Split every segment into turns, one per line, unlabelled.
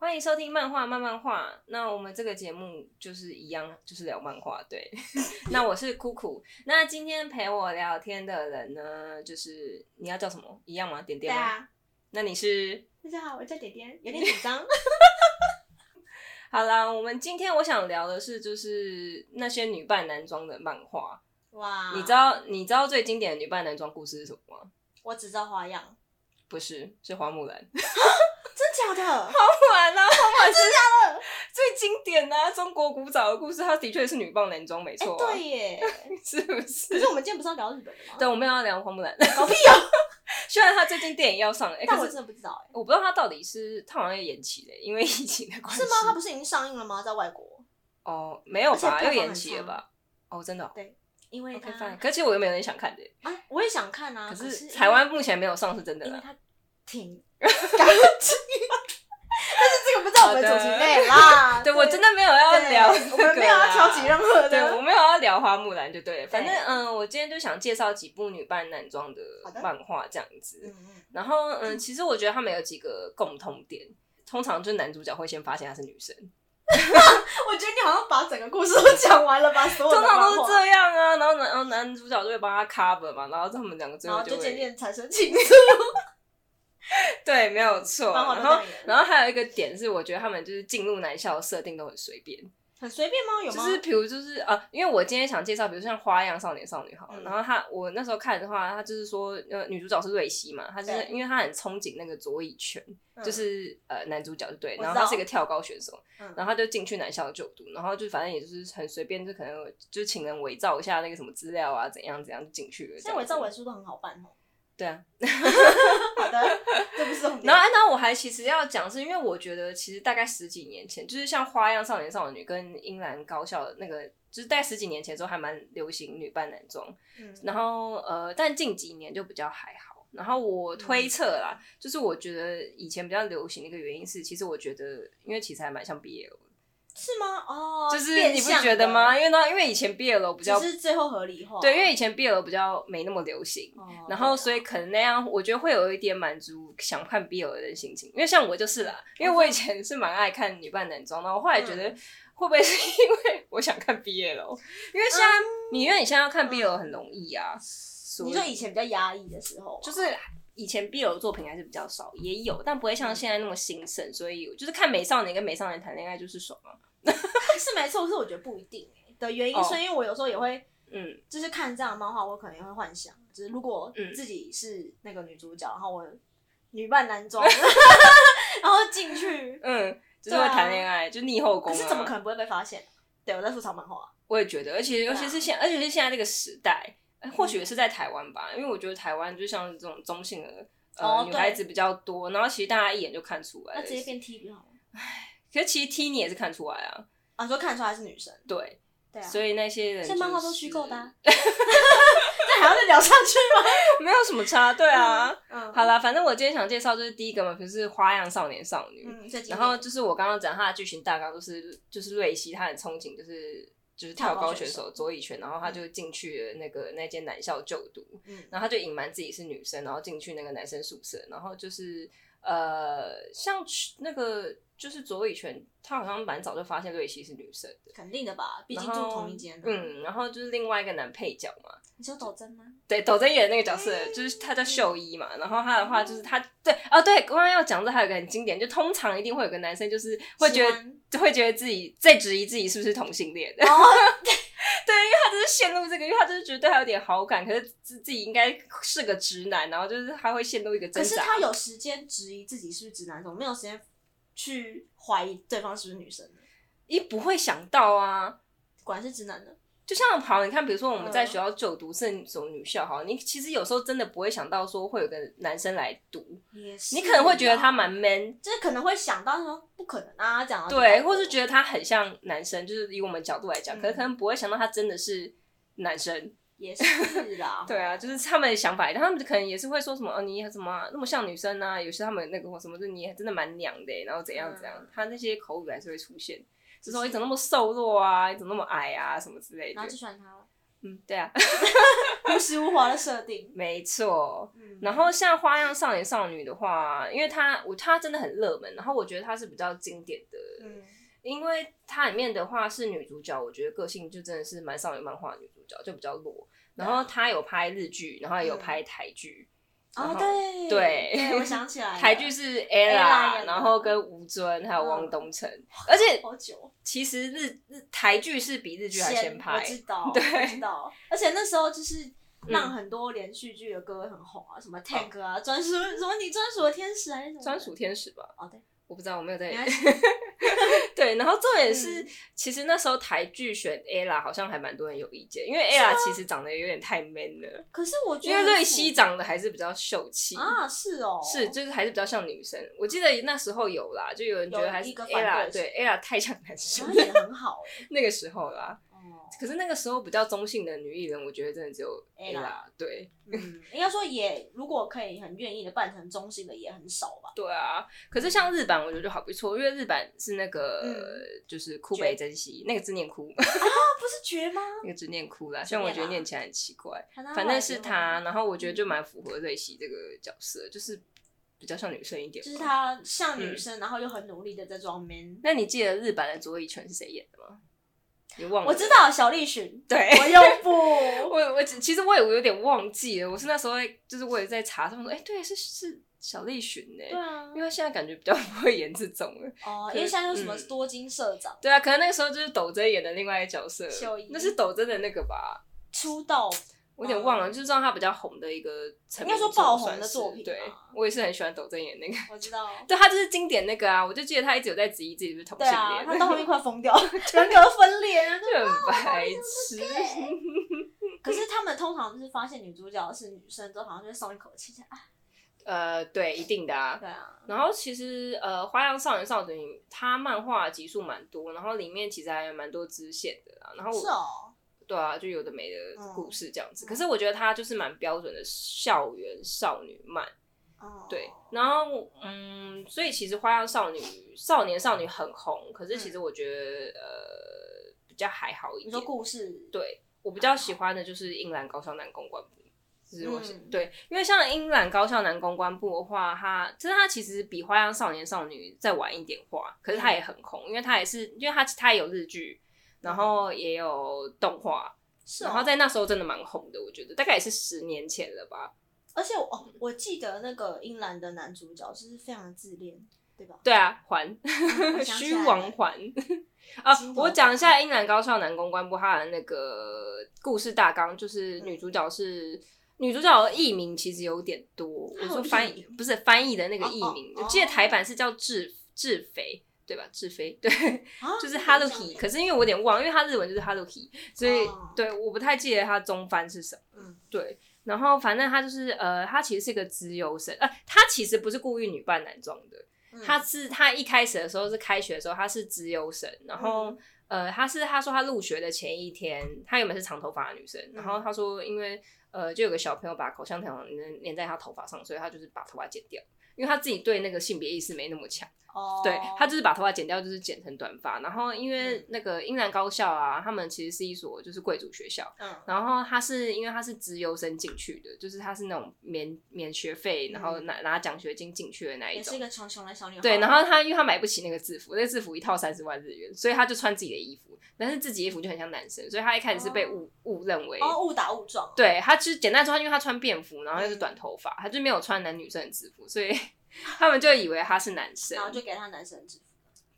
欢迎收听漫画慢慢画。那我们这个节目就是一样，就是聊漫画。对， 那我是酷酷。那今天陪我聊天的人呢，就是你要叫什么？一样吗？点
对
点吗？
啊，
那你是？
大家好，我叫点点，有点紧张。
好啦，我们今天我想聊的是，就是那些女扮男装的漫画。
哇，
你知？道你知道最经典的女扮男装故事是什么吗？
我只知道花样，
不是，是花木兰。
真假的？
不然呢、花木兰是最经典的、啊、中国古早的故事，它的确是女扮男装，没
哎
错、啊
对耶。
是不
可
是？
是我们今天不是要聊日本的吗？
对，我们要聊花木兰。
搞屁哦！
虽然他最近电影要上了，哎、
但我
可
真
是
的不知道哎。
我不知道他到底是他好像也延期了，欸因为疫 情的关系。
是吗？它不是已经上映了吗？在外国？
哦，没有
而且票
吧？
房
又
很
延期
差
了吧？哦，真的、哦。
因为
OK
它
fine，可是其实我又没有点想看的，
啊，我也想看啊。
可
是
是
因为
台，湾目前没有上是真的
因为
啦。
它挺 干净。但是这个不在我们的主题内 啦。
对，我真的没有要
对
聊，
我们没有要挑起任何
对，我
的。
没有要聊花木兰就对了。反正
对
嗯、我今天就想介绍几部女扮男装的
好的
漫画这样子。
嗯嗯，
然后嗯、其实我觉得他们有几个共通点，通常就是男主角会先发现她是女生，
我觉得你好像把整个故事都讲完了吧？所有的
通常
漫
都
画
是这样啊。然后男然后男主角就会帮他 cover 嘛，然后他们两个最
然
后
后就
会
渐渐产生情愫，
对，没有错。
漫画都
然
这
后
样演
然后还有一个点是，我觉得他们就是进入男校的设定都很随便。
很随便吗？有
就
吗？
是比如就是啊，因为我今天想介绍，比如像《花样少年少女》好了，
嗯
然后他我那时候看的话，他就是说，呃，女主角是瑞希嘛，她就是
对
因为她很憧憬那个佐以拳，
嗯
就是呃男主角就对，
我知
然
道
后他是一个跳高选手，
嗯
然后他就进去男校就读，然后就反正也就是很随便，就可能就请人伪造一下那个什么资料啊，怎样怎样就进去了。
现在伪
这样
造
子
文书都很好办哦。
对啊，
好 的，这不是重点。
然后，哎，那我还其实要讲，是因为我觉得其实大概十几年前，就是像《花样少年少女》跟英兰高校的那个，就是在十几年前的时候还蛮流行女扮男装，
嗯，
然后呃，但近几年就比较还好。然后我
嗯
推测啦，就是我觉得以前比较流行的一个原因是，其实我觉得，因为其实还蛮像 BL，的
是吗？哦，
就是
变
你不
相
觉得
的？
吗？因为呢，因为以前 BL 比
只
较
是最后合理化。
对，因为以前 BL 比较没那么流行，
哦
然后，所以可能那样，我觉得会有一点满足想看 BL 的人心情，因为像我就是啦，因为我以前是蛮爱看女扮男装，然后我后来觉得会不会是因为 我想看 BL，因为现在、你因为你现在要看 BL 很容易啊，所
你说以前比较压抑的时候，啊
就是以前 BL 作品还是比较少，也有，但不会像现在那么兴盛，所以就是看美少年跟美少年谈恋爱就是爽啊，
是没错，可是我觉得不一定欸的原
哦
因，是因为我有时候也会。
嗯，
就是看这样的漫画，我可能也会幻想，就是如果
嗯
自己是那个女主角，然后我女扮 男装，然后进去，
嗯，就是会谈恋爱，就逆后宫、
啊可
啊，
是怎么可能不会被发现？啊对，我在吐槽漫画。
我也觉得，而且尤
啊嗯
其是现，而且是现在这个时代，呃或许也是在台湾吧，因为我觉得台湾就像这种中性的呃、
哦
女
对
孩子比较多，然后其实大家一眼就看出来
那
了。
直接变 T 不就好了？
可是其实 T 你也是看出来啊，
啊，你说看得出来是女生，
对，
对啊，
所以那些人、就是、
现在漫画都虚构 的、啊，这还要再聊下去吗？
没有什么差，对啊。
嗯
好，啦，反正我今天想介绍就是第一个嘛，就是《花样少年少女》
嗯，最近
然后就是我刚刚讲他的剧情大纲，就是就是瑞希她很憧憬，就是就是跳
跳高
高
选
选
手
手左以拳，然后他就进去了那个那间男校就读，
嗯
然后他就隐瞒自己是女生，然后进去那个男生宿舍，然后就是呃，像去那个就是左以拳，他好像蛮早就发现瑞希是女生的，
肯定的吧，毕
然
竟
后
住同一间。，啊
嗯，然后就是另外一个男配角嘛，
你说斗争吗？
对，斗争演的那个角色，
嗯
就是他叫秀一嘛。然后他的话就是他对哦，对，刚刚要讲这还有一个很经典，就通常一定会有个男生就是会觉
喜欢
得会觉得自己在质疑自己是不是同性恋，对，因为
哦，
他就是陷入这个，因为他就是觉得对他有点好感，可是自自己应该是个直男，然后就是他会陷入一个挣
可是
扎。
他有时间质疑自己是不是直男，怎么没有时间去怀疑对方是不是女生呢？
一不会想到啊，
果然是直男的。
就像好，你看，比如说我们在
嗯
学校就读是那种女校，好，你其实有时候真的不会想到说会有个男生来读，
也是
你可能会觉得他蛮
啊，
man，
就是可能会想到说不可能啊，这样啊
对，
这样
或是觉得他很像男生，就是以我们角度来讲，
嗯
可是可能不会想到他真的是男生。
也是啦，
对啊，就是他们的想法，他们可能也是会说什么，哦，你什么啊那么像女生啊，有些他们那个什么，就你真的蛮娘的欸，然后怎样怎样，
嗯
他那些口语还是会出现，就说
就是
你怎么那么瘦弱啊，你怎么那么矮啊，什么之类的
然后。就喜欢他了。
嗯，对啊，
无时无华的设定。
没错。
嗯
然后像《花样少年少女》的话，因为它我它真的很热门，然后我觉得它是比较经典的，
嗯，
因为它里面的话是女主角，我觉得个性就真的是蛮少女漫画的女主角，就比较弱。然后她有拍日剧，然后也有拍台剧，然
啊哦
后
对
对
我想起来 了，
台剧是
哎 Ella 演
ella，
的
然后跟吴尊还有汪
嗯
东城，而且
好久，哦
其实日日台剧是比日剧还先
我
拍，
知 道，
对嗯
我知道，而且那时候就是。让很多连续剧的歌很红啊，什么 Tank 啊，专属什么你专属的天使还是什么的
哦专属天使吧？
哦对，
我不知道，我没有在
没关系
对。然后重点是，
嗯
其实那时候台剧选 ella 好像还蛮多人有意见，因为 ella 其实长得有点太 man 了，
可啊是我觉
因
得
为
很
瑞希
符
长得还是比较秀气。
啊，是哦，
是，就是还是比较像女生。我记得那时候有啦，就有人觉得还是
有一个反
ella
对声
对 ella 太像男生
然后演得 很好欸
那个时候啦。
哦，
可是那个时候比较中性的女艺人，我觉得真的只有
Ella
ella。对，
嗯，应该说也如果可以很愿意的扮成中性的也很少吧，
对啊，可是像日版，我觉得就好不错，因为日版是那个、
嗯
就是哭北珍惜那个字念哭，
不是绝吗？
那个字念哭啦。
字
虽然我
念
觉得
啦
念起来很奇怪，
反正
反正是他，，然后我觉得就
嗯
蛮符合瑞希这个角色，就是比较像女生一点。
就是。她像
嗯
女生，然后又很努力的在装 man。
那你记得日版的佐伊泉是谁演的吗？你忘了？
我知。道小栗旬，
对，
我又 不，
我我其实我也我有点忘记了，我是那时候在就是我也在查，他们说哎、对是是小栗旬呢、
对啊
因，为现在感觉比较不会演这种了。
哦，
可
因为现在有什么
嗯
多金社长
对啊，可能那个时候就是斗争演的另外一个角色
秀一，
那是斗争的那个吧，
出道，
我有点忘了，就是让他比较红的一个成名
嗯应该说
作
爆红的
算是
作品吧
对，我也是很喜欢斗争演那个，
我知道。
对他就是经典那个啊，我就记得他一直有在质疑自己是不是同
对
性
啊，
恋，
他到后面快疯掉，人格分裂啊。
就 很白痴。
可是他们通常就是发现女主角是女生之后，好像就会松一口气，这样啊，
呃，对，一定的啊。
对啊，
然后其实呃，《花样少年少女》它漫画集数蛮多，然后里面其实还蛮多支线的啦。然后我
是哦，嗯
对啊，就有的没的故事这样子。可是我觉得它就是蛮标准的校园少女漫。
哦
对，然后嗯，所以其实《花样少女》少年少女很红，可是其实我觉得、呃比较还好一
嗯你说
点。
故事，
对我比较喜欢的就是《樱兰高校男公关部》，就是我、
嗯
对，因为像《樱兰高校男公关部》的话，它其实它其实比《花样少年少女》再晚一点画，可是它
嗯
也很红，因为它也是因为它它也有日剧，然后也有动画，
嗯是哦
然后在那时候真的蛮红的，我觉得大概也是十年前了吧。
而且我哦，我记得那个英兰的男主角就是非常的自恋，对吧？嗯
对啊，还。
我想起
虚
来了
王环啊
金！头
我讲一下《英兰高校男公关部》它的那个故事大纲，就是女主角是、女主角的译名其实有点多，我
还有
说翻
译
译
名
不是翻译的那个译
啊哦哦
名，
哦
我记得台版是叫志志肥。对吧？志飞对，
啊
就是 Haruki，可是因为我有点忘，因为他日文就是 Haruki，所以、
哦
对我不太记得他中翻是什么。
嗯，
对，然后反正他就是呃，他其实是一个资优生，呃，他其实不是故意女扮男装的，
嗯
他是他一开始的时候是开学的时候，他是资优生，然后、
嗯
呃，他是他说他入学的前一天，他原本是长头发的女生，然
嗯
后他说因为呃，就有个小朋友把口香糖粘粘在他头发上，所以他就是把头发剪掉，因为他自己对那个性别意识没那么强，
哦，
对他就是把头发剪掉，就是剪成短发，然后因为
嗯
那个英兰高校啊，他们其实是一所就是贵族学校。
嗯
然后他是因为他是资优生进去的，就是他是那种免免学费，然后
嗯
拿拿奖学金进去的那一
也
种
是一。个穷穷的小女孩，
对，然后他因为他买不起那个制服，那个制服一套三十万日元，所以他就穿自己的衣服，但是自己衣服就很像男生，所以他一开始是被误、误认为，
哦哦误打误撞，
对他就是简单说，因为他穿便服，然后又是
嗯
短头发，他就没有穿男女生的制服，所以 他们就以为他是男生
然，后就给他男生的制服，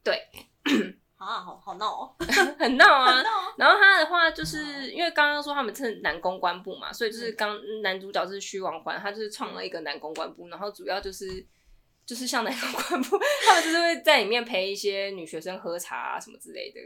对，
啊，好好闹哦，
很闹啊
很。闹哦，
然后他的话，就是
嗯
因为刚刚说他们是男公关部嘛，所以就是
嗯
刚男主角是虚王环，他就是创了一个男公关部，然后主要就是就是像男公关部， 他们就是会在里面陪一些女学生喝茶、啊、什么之类的，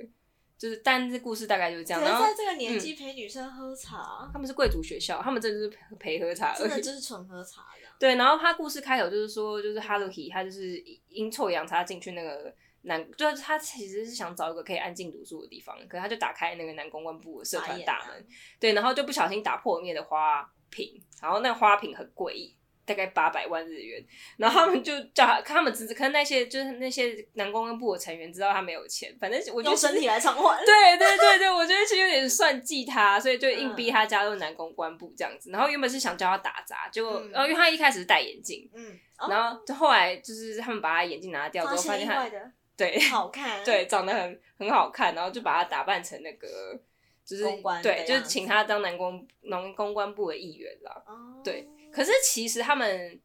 就是但是故事大概就是这
可
样。
是
然后
在这个年
嗯
纪陪女生喝茶，
他们是贵族学校，他们这就是陪喝茶而
真的
已。
就是纯喝茶这样，
对，然后他故事开头就是说，就是 Haruhi 他就是阴错阳差进去那个男，就是他其实是想找一个可以安静读书的地方，可是他就打开那个男公关部的社团大门
傻眼，啊
对，然后就不小心打破里面的花瓶，然后那个花瓶很诡异，大概八百万日元，然后他们就叫他，他们只是可能那些就是那些南公关部的成员知道他没有钱，反正我觉得
用身体来偿还。
对对对对，我觉得其实有点算计他，所以就
嗯
硬逼他加入南公关部这样子。然后原本是想叫他打杂，结果
嗯
然后因为他一开始是戴眼镜，
嗯，
然后就后来就是他们把他眼镜拿掉之
发
后，发
现
现
意
他
外的
对
好 看。
对长得很很好看，然后就把他打扮成那个就是
公关的
对，就
样
是
子
请他当南公南公关部的一员啦。
哦，
对可是其实他们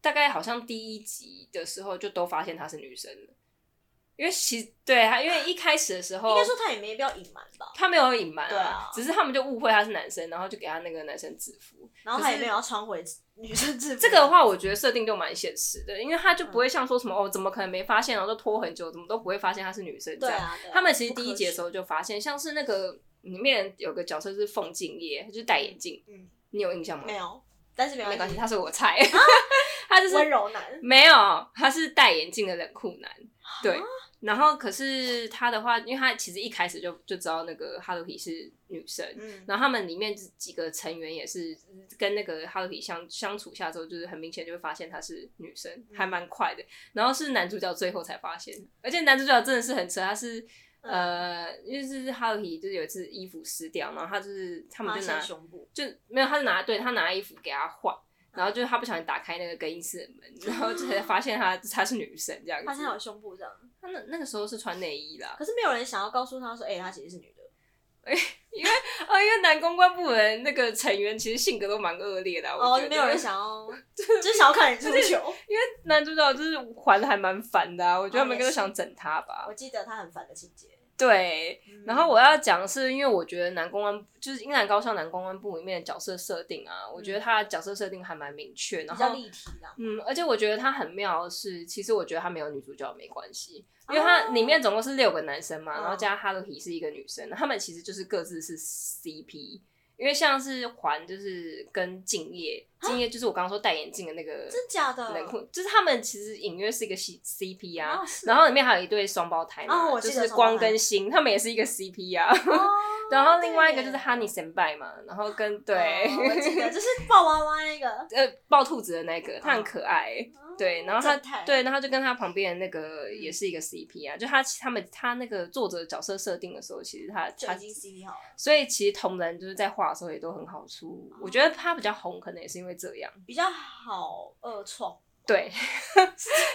大概好像第一集的时候就都发现她是女生了，因为其实对她，因为一开始的时候
应该说他也没必要隐瞒吧，
他没有隐瞒
对啊嗯
只是他们就误会他是男生，然后就给他那个男生制服。
然后他也
可是
没有要穿回女生制服。啊
这个的话，我觉得设定就蛮现实的，因为他就
嗯
不会像说什么、哦，怎么可能没发现，然后就拖很久，怎么都不会发现她是女生这
对
样。
啊，对啊
他们其实第一节
节
的时候就发现，像是那个里面有个角色是凤敬业，她就是戴眼镜，
嗯
你有印象吗？
没有，啊但是没
没关
关
系，
系，
他是我菜，他就是
温柔男。
没有，他是戴眼镜的冷酷男。对
啊，
然后可是他的话，因为他其实一开始就就知道那个 Hello Kitty 是女生，
嗯，
然后他们里面这几个成员也是跟那个 Hello Kitty 相相处下之后，就是很明显就会发现她是女生，
嗯
还蛮快的。然后是男主角最后才发现，而且男主角真的是很扯，他是。
嗯
呃，因为是 Hello Kitty，就是有一次衣服湿掉，然后他就是他们
发
就拿
现胸部，
就没有，他就拿对他拿衣服给他换，
嗯
然后就是他不小心打开那个更衣室的 门，然后就才发现他她是女生这样子。
发现他有胸部这样，
他那那个时候是穿内衣啦，
可是没有人想要告诉他说，哎，他其实是女的。
哦，因为男公关部门那个成员其实性格都蛮恶劣的啊、我
哦
觉，得
没有人，想 要，就是想要看人出糗。
男主角就是还的还蛮烦的、啊，我觉得他们
哦
应该
也
都
是
想整他吧。
我记得他很烦的情节。
对，
嗯
然后我要讲的是，因为我觉得男公安就是英兰高校男公安部里面的角色设定啊，我觉得他的角色设定还蛮明确，然
嗯比较
后
立体啦，
嗯，而且我觉得他很妙的是，其实我觉得他没有女主角没关系，因为他
哦
里面总共是六个男生嘛，
嗯
然后加 Hello Kitty 是一个女生，他们其实就是各自是 CP。因为像是环就是跟敬业，敬业就是我刚刚说戴眼镜的那个
真假的？
冷酷，就是他们其实隐约是一个 C CP 啊，
嗯 哦是
然后里面还有一对双胞胎嘛，
哦我
就
记得
是
双胞
光
胎
跟星，他们也是一个 CP 啊。
哦
然后另外一个就是
对
Honey Senpai 嘛，然后跟对、
哦我记 得就是抱娃娃那个，
呃抱兔子的那个，他很可爱、对，然后他
嗯正太
对，然后就跟他旁边的那个
嗯
也是一个 CP 啊，就他他们他那个作者角色设定的时候，其实他
就
他
已经 CP 好了，
所以其实同人就是在画的时候也都很好出，我觉得他比较红，可能也是因为这样，
比较好二 创。
对，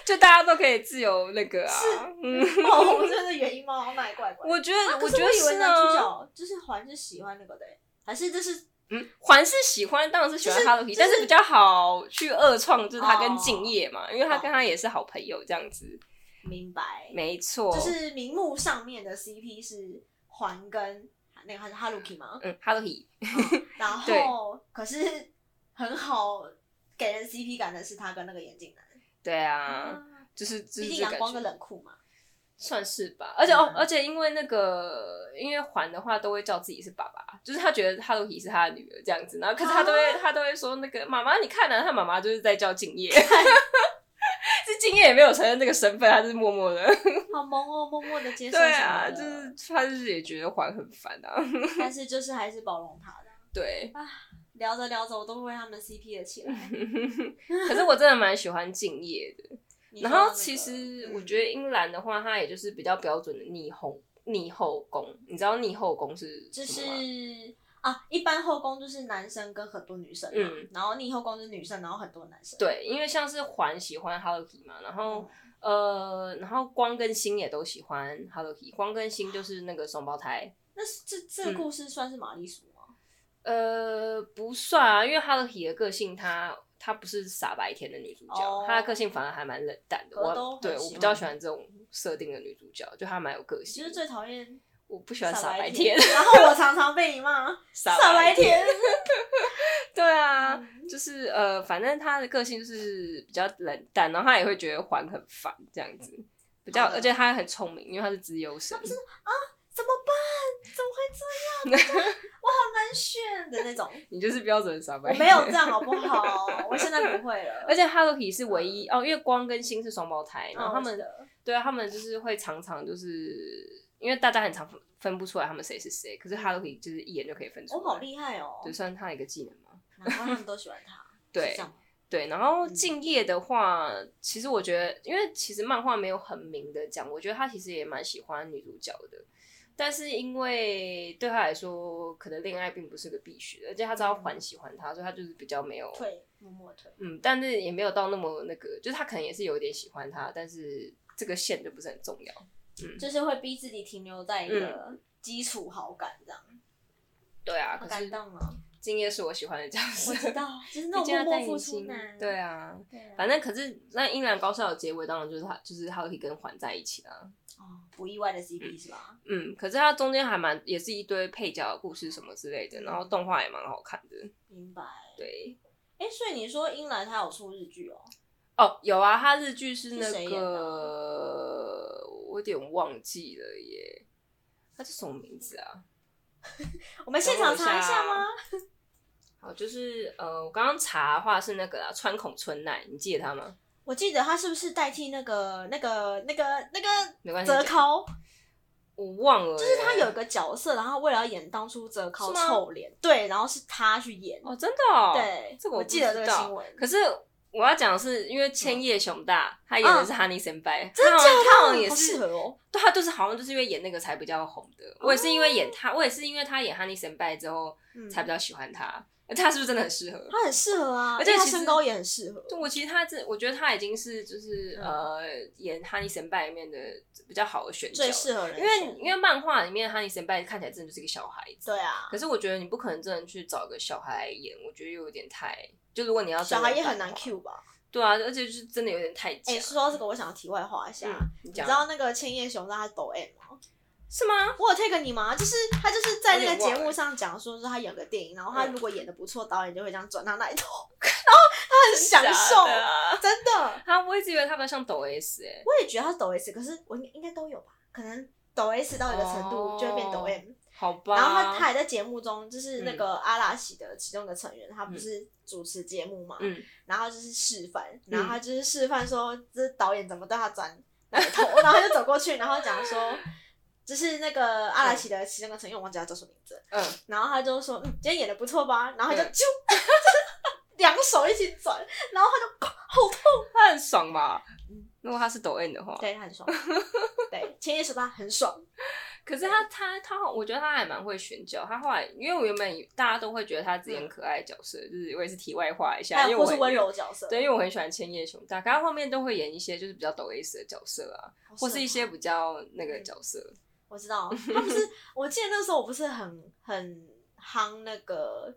就大家都可以自由那个啊，嗯，
爆红这个原因吗？好买怪怪。
我觉得、
啊可是
觉得
我以为
是
男主
啊，
角就是还是喜欢那个的欸，还是这是
嗯，环是喜欢，当然是喜欢
就是
Hello Kitty，、
就是
但是比较好去二创，就是他跟
哦
敬业嘛，因为他跟他也是好朋友这样子，
明白，
没错，
就是名目上面的 CP 是还跟那个还是 Haruki 吗？
嗯，Hello Kitty。
嗯然
对
后可是很好给人 CP 感的是他跟那个眼镜男，
对啊，就是就
嗯
是
毕竟
这
阳
感
光跟
觉，
冷 酷嘛。
算是吧。而且、哦
嗯，
而且因为那个，因为环的话都会叫自己是爸爸，就是他觉得 Hello Kitty 是他的女儿这样子，然后可是他都
啊
会、他都会说那个妈妈，你看啊，他妈妈就是在叫敬业， 是敬业也没有承认这个身份，他就是默默的。
好萌哦，默默的接受什
对
么
啊，
的
就是 他就是也觉得环很烦啊。
但是就是还是包容他的。
对，
啊聊着聊着，我都为他们 CP 了起 来。
可是我真的蛮喜欢敬业的。
你
然
说
后
那
其
个
实
嗯
我觉得英兰的话，它也就是比较标准的逆后逆后宫，你知道逆后宫是
就
什
是
么吗
啊，一般后宫就是男生跟很多女生嘛，
嗯
然后逆后宫就是女生，然后很多男生。
对，因为像是环喜欢 Hello Kitty 嘛，然后
嗯，、
呃，然后光跟星也都喜欢 Hello Kitty，光跟星就是那个双胞胎，
那是这这
嗯
个故事算是玛丽苏吗？
呃，不算啊，因为 Hello Kitty 的个性她。她不是傻白甜的女主角
哦，
她的个性反而还蛮冷淡的。
我哦都
我
很
对
喜
我
欢
比较喜欢这种设定的女主角，就她蛮有个
你
性
就
的。
是最讨厌
我不喜欢傻白
甜
甜，，
然后我常常被你骂
傻
傻白
甜。
甜。
对啊，就是呃，反正他的个性就是比较冷淡，然后他也会觉得还很烦这样子，比较
好的
而且他很聪明，因为他是资优生，
怎么办？怎 么会这样？我好难选的那种。
你就是标准傻白
我
甜。
没有这，样好不好？我现在不会 了。
而且 Hello Kitty 是唯一哦，因为光跟星是双胞胎，然后
嗯
他
我记
们、
得
对啊，他们就是会常常就是因为大家很常分分不出来他们谁是谁，可是 Hello Kitty 就是一眼就可以分出
我
来，
好厉害哦
对，，算他一个技能嘛。
难怪他们都喜欢他。
对
是这样吗
对，然后
嗯
敬业的话，其实我觉得，因为其实漫画没有很明的讲，我觉得他其实也蛮喜欢女主角的，但是因为对他来说，可能恋爱并不是个必须的，而且他知
嗯
道环喜欢他，所以他就是比较没有，
退，默默退。
嗯，但是也没有到那么那个，就是他可能也是有点喜欢他，但是这个线就不是很重要。
就是会逼自己停留在一个基础好感这样，
对嗯啊，
好
可
感
是
动哦。
敬业是我喜欢的角色
我，知 道，就是那
毕竟
种
他
默
在
默付
你
出
心
男，，
对啊，
对啊，
反正可是那《樱兰高校》的结尾，当然就是他，就是他可以跟环在一起啦、
哦，不意外的 CP 是吧？
嗯，可是它中间还蛮也是一堆配角的故事什么之类的，
嗯
然后动画也蛮好看的。
明白。
对，
哎，所以你说英兰她有出日剧哦？
哦，有啊，它日剧是
是谁
那
演的啊
个我有点忘记了耶，它是什么名字啊？
我们现场查一下吗？
好，就是呃，我刚刚查的话是那个啦，川口春奈，你记得他吗？
我记得她是不是代替那个、那个、那个、那个
没关系，
泽尻？
我忘了耶，就是
她有一个角色，然后为了要演当初泽尻
是吗
臭脸，对，然后是她去演，
哦，真的、哦，，
对，
这个
我
不
记得
知
这个
道
新闻。
可是我要讲的是，因为千叶熊大、他演的是哈尼森白，
嗯真的
他好像他好像也
好
是
适合哦，
对他就是好像就是因为演那个才比较红的。我也是因为演他，我也是因为他演《哈尼神拜》之后
哦嗯
才比较喜欢他。而且他是不是真的很适合？
她很适合啊，
而且
因为她
其实
身高也很适合。
就我其实他这，我觉得他已经是就是、
嗯
呃演《哈尼神拜》里面的比较好的选角
最
了，
适合人
因
选，
为因为漫画里面《哈尼神拜》看起来真的就是一个小孩子。
对啊，
可是我觉得你不可能真的去找个小孩来演，我觉得又有点太。就如果你要
小孩也很
真
难
人版的
Q 吧？
话对啊，而且就是真的有点太假。
哎、说到这个，我想题外话一下，
嗯你
你知
讲
道那个千叶雄他是抖 M 吗？
是 吗？
我有 take 你吗？就是他就是在那
我
个
有点
节
忘
目
了
上讲说，是他演个电影，然后他
嗯
如果演的不错，导演就会这样转他奶头， 然后他很享受，
假的啊
真的。
他我一直以为他比较像抖 S 哎、
我也觉得他是抖 S，可是我应应该都有吧？可能抖 S 到一个程
哦
度就会变抖 M，、
好吧。
然后他他还在节目中，就是那
嗯
个阿拉西的其中一个成员，他不是主持节目嘛，
嗯，
然后就是示范，然后他就是示范说，这导演怎么对他转奶头， 然后他就走过去，然后讲说，就是那个阿拉奇的其中一个成员，我忘记他叫什么名字，
嗯，
然后他就说，嗯，今天演的不错吧，然后他就
嗯
啾， 两手一起转，然后他就好痛，
他很爽吧
嗯？
如果他是抖 N 的话，
对，他很爽，对，千叶十八很爽，
可是他他他，我觉得他还蛮会选角。他后来，因为我原本以大家都会觉得他自己很可爱的角色，就是我也是题外话一下，
还
啊因为
有
我
或
很
是温，柔角色，
对，因为我很喜欢千叶熊大，可他后面都会演一些就是比较抖 S 的角色啊，
好
或
适合
是一些比较那个角色，
我知 道，他不是，我记得那时候我不是很很夯那个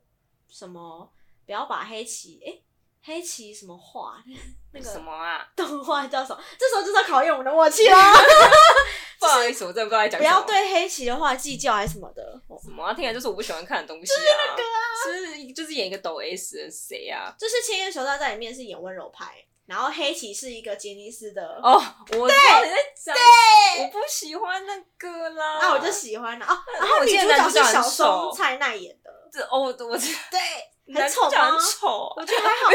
什么，不要把黑棋，诶，黑棋什么画 那
什
个
么啊？
动画叫什么？这时候就是要考验我们的默 契啦，
不好意思，我真的不知道在讲
不
什么
要对黑棋的话计较还是什么的，我
什么啊，听起来就是我不喜欢看的东西啊，就是那个啊，就是演一个抖 S 的谁啊？
就是千叶雄大在里面是演温柔派，然后黑棋是一个杰尼斯的，
哦，我知道你在讲，我不喜欢那个啦。
那我就喜欢了哦。然
那
后
我
女
记得
主
男
角
主角
是
很
小
瘦
松菜奈演的，
这哦，我我知
对，
男
很
主
丑
角
吗
很？丑啊，
我觉得还 好，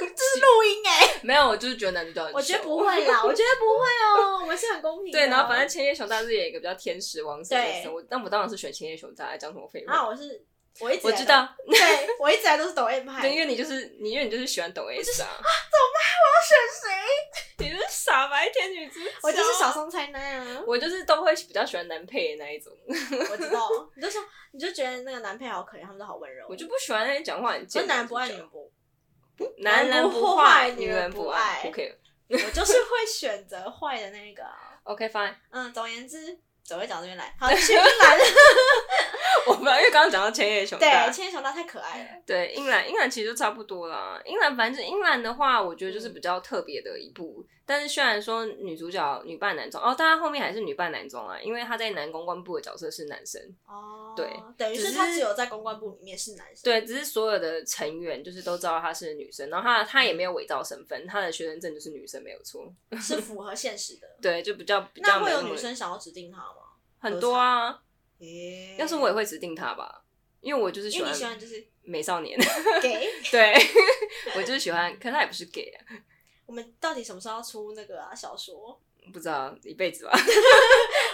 这是录音哎、
没有，我就是觉得男主角很丑。
我觉得不会啦，我觉得不会哦， 我们是很公平的。
对，然后反正千叶熊大是演一个比较天使王子的
对
生活，但我当然是选千叶熊大，讲什么废
啊，
话？
我是我一直
我知，道，
对我一直来都是抖 M 派。
对，因为你就是你，因为你就是喜欢抖 S 啊，
我选谁？
你是傻白甜女主角，，
我就是小，松菜奈啊
我就是都会比较喜欢男配的那一种，
我知道。你就说，你就觉得那个男配好可怜，他们都好温柔。
我就不喜欢那些讲话很
就
贱的
男人
主
不爱
角
女人不，
男人
男不
不
坏
坏，
女
女
人
人
不
不爱
爱
，OK
我就是会选择坏的那个啊。
OK fine，
嗯，总而言之，走一讲这边来，好，去英 兰。
我本来因为刚刚讲到千叶熊大
对，，千叶熊大太可爱了。
对，英兰，英兰其实就差不多啦。英兰，反正英兰的话，我觉得
嗯
就是比较特别的一部。但是虽然说女主角女扮男装，哦，但她后面还是女扮男装啊，因为她在男公关部的角色是男生。
哦，
对，
等于
只
是他
是
只有在公关部里面是男生。
对，只是所有的成员就是都知道她是女生，然后她她也没有伪造身份，她的学生证就是女生没有错。
对，是符合现实的。
对，就比较比较
那
没
会有
那么
女生想要指定他吗？
很多啊。
耶
要是我也会指定她吧，因为我就是喜
因为
欢
你喜欢就是
美少年，
给
对 我就是喜欢，可她也不是 gay 啊，
我们到底什么时候要出那个啊小说？
不知道一辈子吧。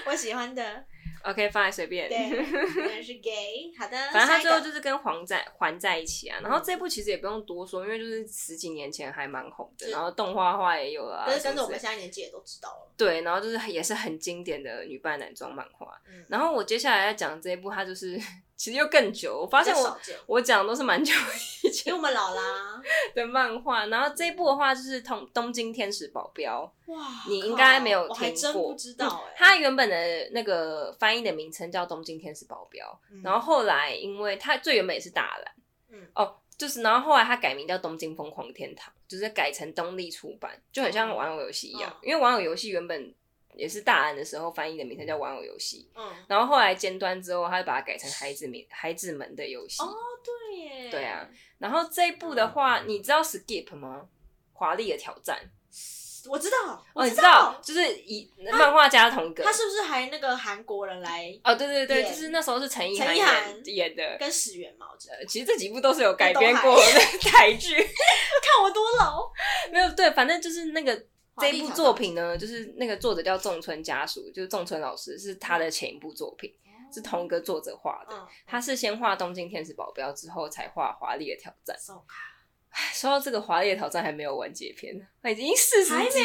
我喜欢的
OK，放在随便。
对，原来是 gay。好的，
反正他最后
下一个嗯
就是跟黄在还在一起啊，然后这部其实也不用多说，因为就是十几年前还蛮红的，
是
然后动画化也有了、啊，
但是跟着我
什么之
们
类
现在年纪也都知道了。
对，然后就是也是很经典的女扮男装漫画。
嗯，
然后我接下来要讲这一部，它就是其实又更久，我发
比
现
较
我
少见
我讲的都是蛮久以前
因为我们老啦。
的漫画，然后这一部的话就是东《东京天使保镖》，
哇，
你应该没有
啊靠我还
听
真
过嗯
不知道哎。
它原本的那个翻译的名称叫《东京天使保镖》，
嗯
然后后来因为它最原本也是大蓝，
嗯
哦，就是然后后来它改名叫《东京疯狂天堂》，就是改成东立出版，就很像玩偶游戏一样，
嗯
因为玩偶游戏原本也是大蓝的时候翻译的名称叫玩偶游戏。
嗯，
然后后来尖端之后，他就把它改成孩子名孩子们的游戏。
哦对耶。
对啊，然后这一部的话，你知道 Skip 吗？华丽的挑战，
我知道，
哦，
我
你知道，，就是以漫画家同一个
他，是不是还那个韩国人来
哦，对对对，
演
就是那时候是陈意
陈
涵
意
演
涵
演的。
跟始源嘛？我知道，
呃，其实这几部都是有改编
跟
过
东
的 台剧，
看我多老。
没有对，反正就是那个
华
这
丽
一部
挑
作
战
品呢，就是那个作者叫仲村家属，就是仲村老师，是他的前一部作品，是同一个作者画的。
嗯，
他是先画《东京天使保镖》，之后才画《华丽的挑战》。
So-
说到这个《华丽的挑战》，还没有完结篇呢，他已经四十
还
集，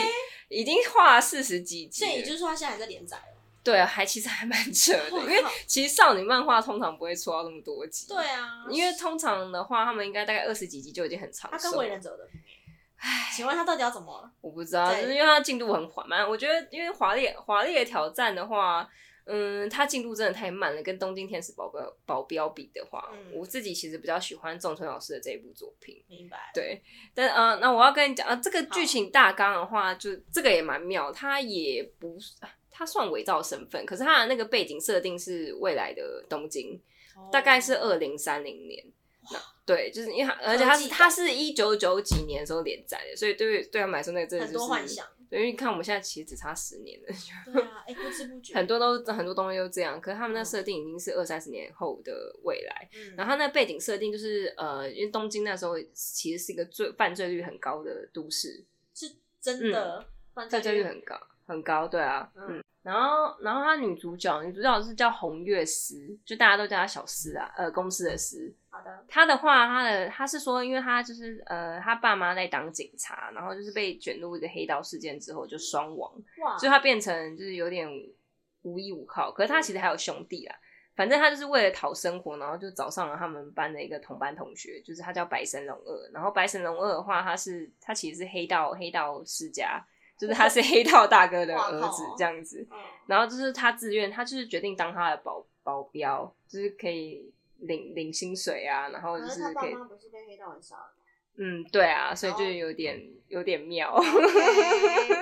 已经画了四十几集
所
了，
以也就是说，他现在还在连载哦。
对，啊还其实还蛮扯的，
哇
因为其实少女漫画通常不会出到那么多集，
对，啊，
因为通常的话，他们应该大概二十几集就已经很长
他
寿
跟
了。
为人者有的不一样请问他到底要怎么了？
我不知道，
对
就是因为它进度很缓慢。我觉得，因为华丽华丽的挑战的话，嗯，它进度真的太慢了，跟东京天使保镖保镖比的话，
嗯
我自己其实比较喜欢仲村老师的这一部作品。
明白？
对，但呃，那我要跟你讲啊，这个剧情大纲的话，就这个也蛮妙，它也不是，啊它算伪造身份，可是它的那个背景设定是未来的东京，
哦
大概是二零三零年。那对，就是因为它，而且它是
科技感
它是一九九几年的时候连载的，所以对于对他们来说，那个真的
很
就是
多 幻。想。
对，因为你看我们现在其实只差十年了，
对啊，哎，不知不觉
很多都很多东西都这样，可是他们那
嗯
设定已经是二三十年后的未来。
嗯
然后它那背景设定就是呃，因为东京那时候其实是一个罪犯罪率很高的都市，
是真的犯
犯罪率很高，很高，对啊，嗯。然后，然后她女主角，女主角是叫红月司，就大家都叫她小司啊，呃，公司的司。
好的，
她的话，她的她是说，因为她就是呃，她爸妈在当警察，然后就是被卷入一个黑道事件之后就双亡，
哇，
所以她变成就是有点无依无靠。可是她其实还有兄弟啦，反正她就是为了讨生活，然后就找上了他们班的一个同班同学，就是他叫白神龙二。然后白神龙二的话，他是他其实是黑道黑道世家，就是他是黑道大哥的
哇
儿子
靠
这样 子。
嗯
然后就是他自愿，他就是决定当他的保保镖，就是可以领领薪水啊，然后就
可是
是
他爸
可以
妈不是被黑道人杀了 吗
嗯对啊，所以就
哦
有点有点妙。
？OK，